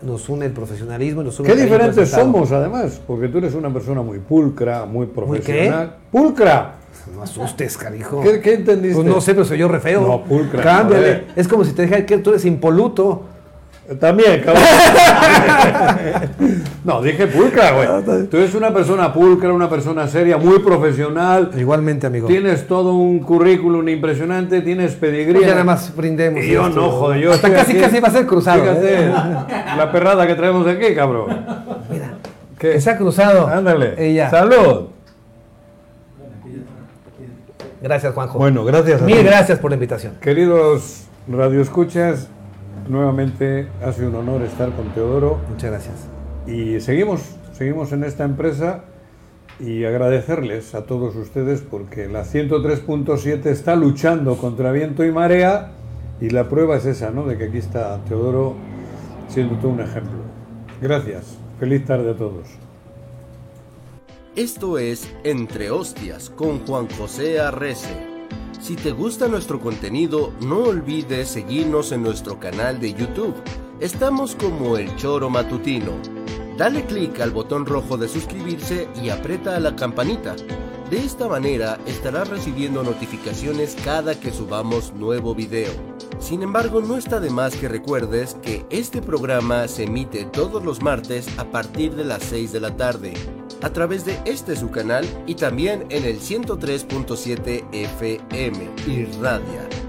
nos une el profesionalismo y nos une Qué el cariño diferentes presentado. somos, además, porque tú eres una persona muy pulcra, muy profesional. ¡Pulcra! No asustes, carijo. ¿Qué, qué entendiste? Oh. Pues no sé, pero soy yo re feo. No, pulcra, Cámbiale. joder. Es como si te dijera que tú eres impoluto. Eh, También, cabrón. no, dije pulcra, güey. Tú eres una persona pulcra, una persona seria, muy profesional. Igualmente, amigo. Tienes todo un currículum impresionante, tienes Pues pedigrí. ya nada más brindemos. Y yo no, joder, yo Hasta estoy casi, aquí. casi va a ser cruzado. Fíjate, ¿eh? la perrada que traemos aquí, cabrón. Mira, Eh, ¿Qué? que se ha cruzado. Ándale. Ella. Salud. Gracias, Juanjo. Bueno, gracias a Mil ti. gracias por la invitación. Queridos radioescuchas, nuevamente ha sido un honor estar con Teodoro Muchas gracias. y seguimos, seguimos en esta empresa y agradecerles a todos ustedes porque la 103.7 está luchando contra viento y marea y la prueba es esa, ¿no? De que aquí está Teodoro siendo todo un ejemplo. Gracias. Feliz tarde a todos. Esto es Entre Hostias con Juan José Arrece. Si te gusta nuestro contenido, no olvides seguirnos en nuestro canal de YouTube. Estamos como El Choro Matutino. Dale clic al botón rojo de suscribirse y aprieta la campanita. De esta manera estarás recibiendo notificaciones cada que subamos nuevo video. Sin embargo, no está de más que recuerdes que este programa se emite todos los martes a partir de las 6 de la tarde a través de este su canal y también en el 103.7 FM Irradia.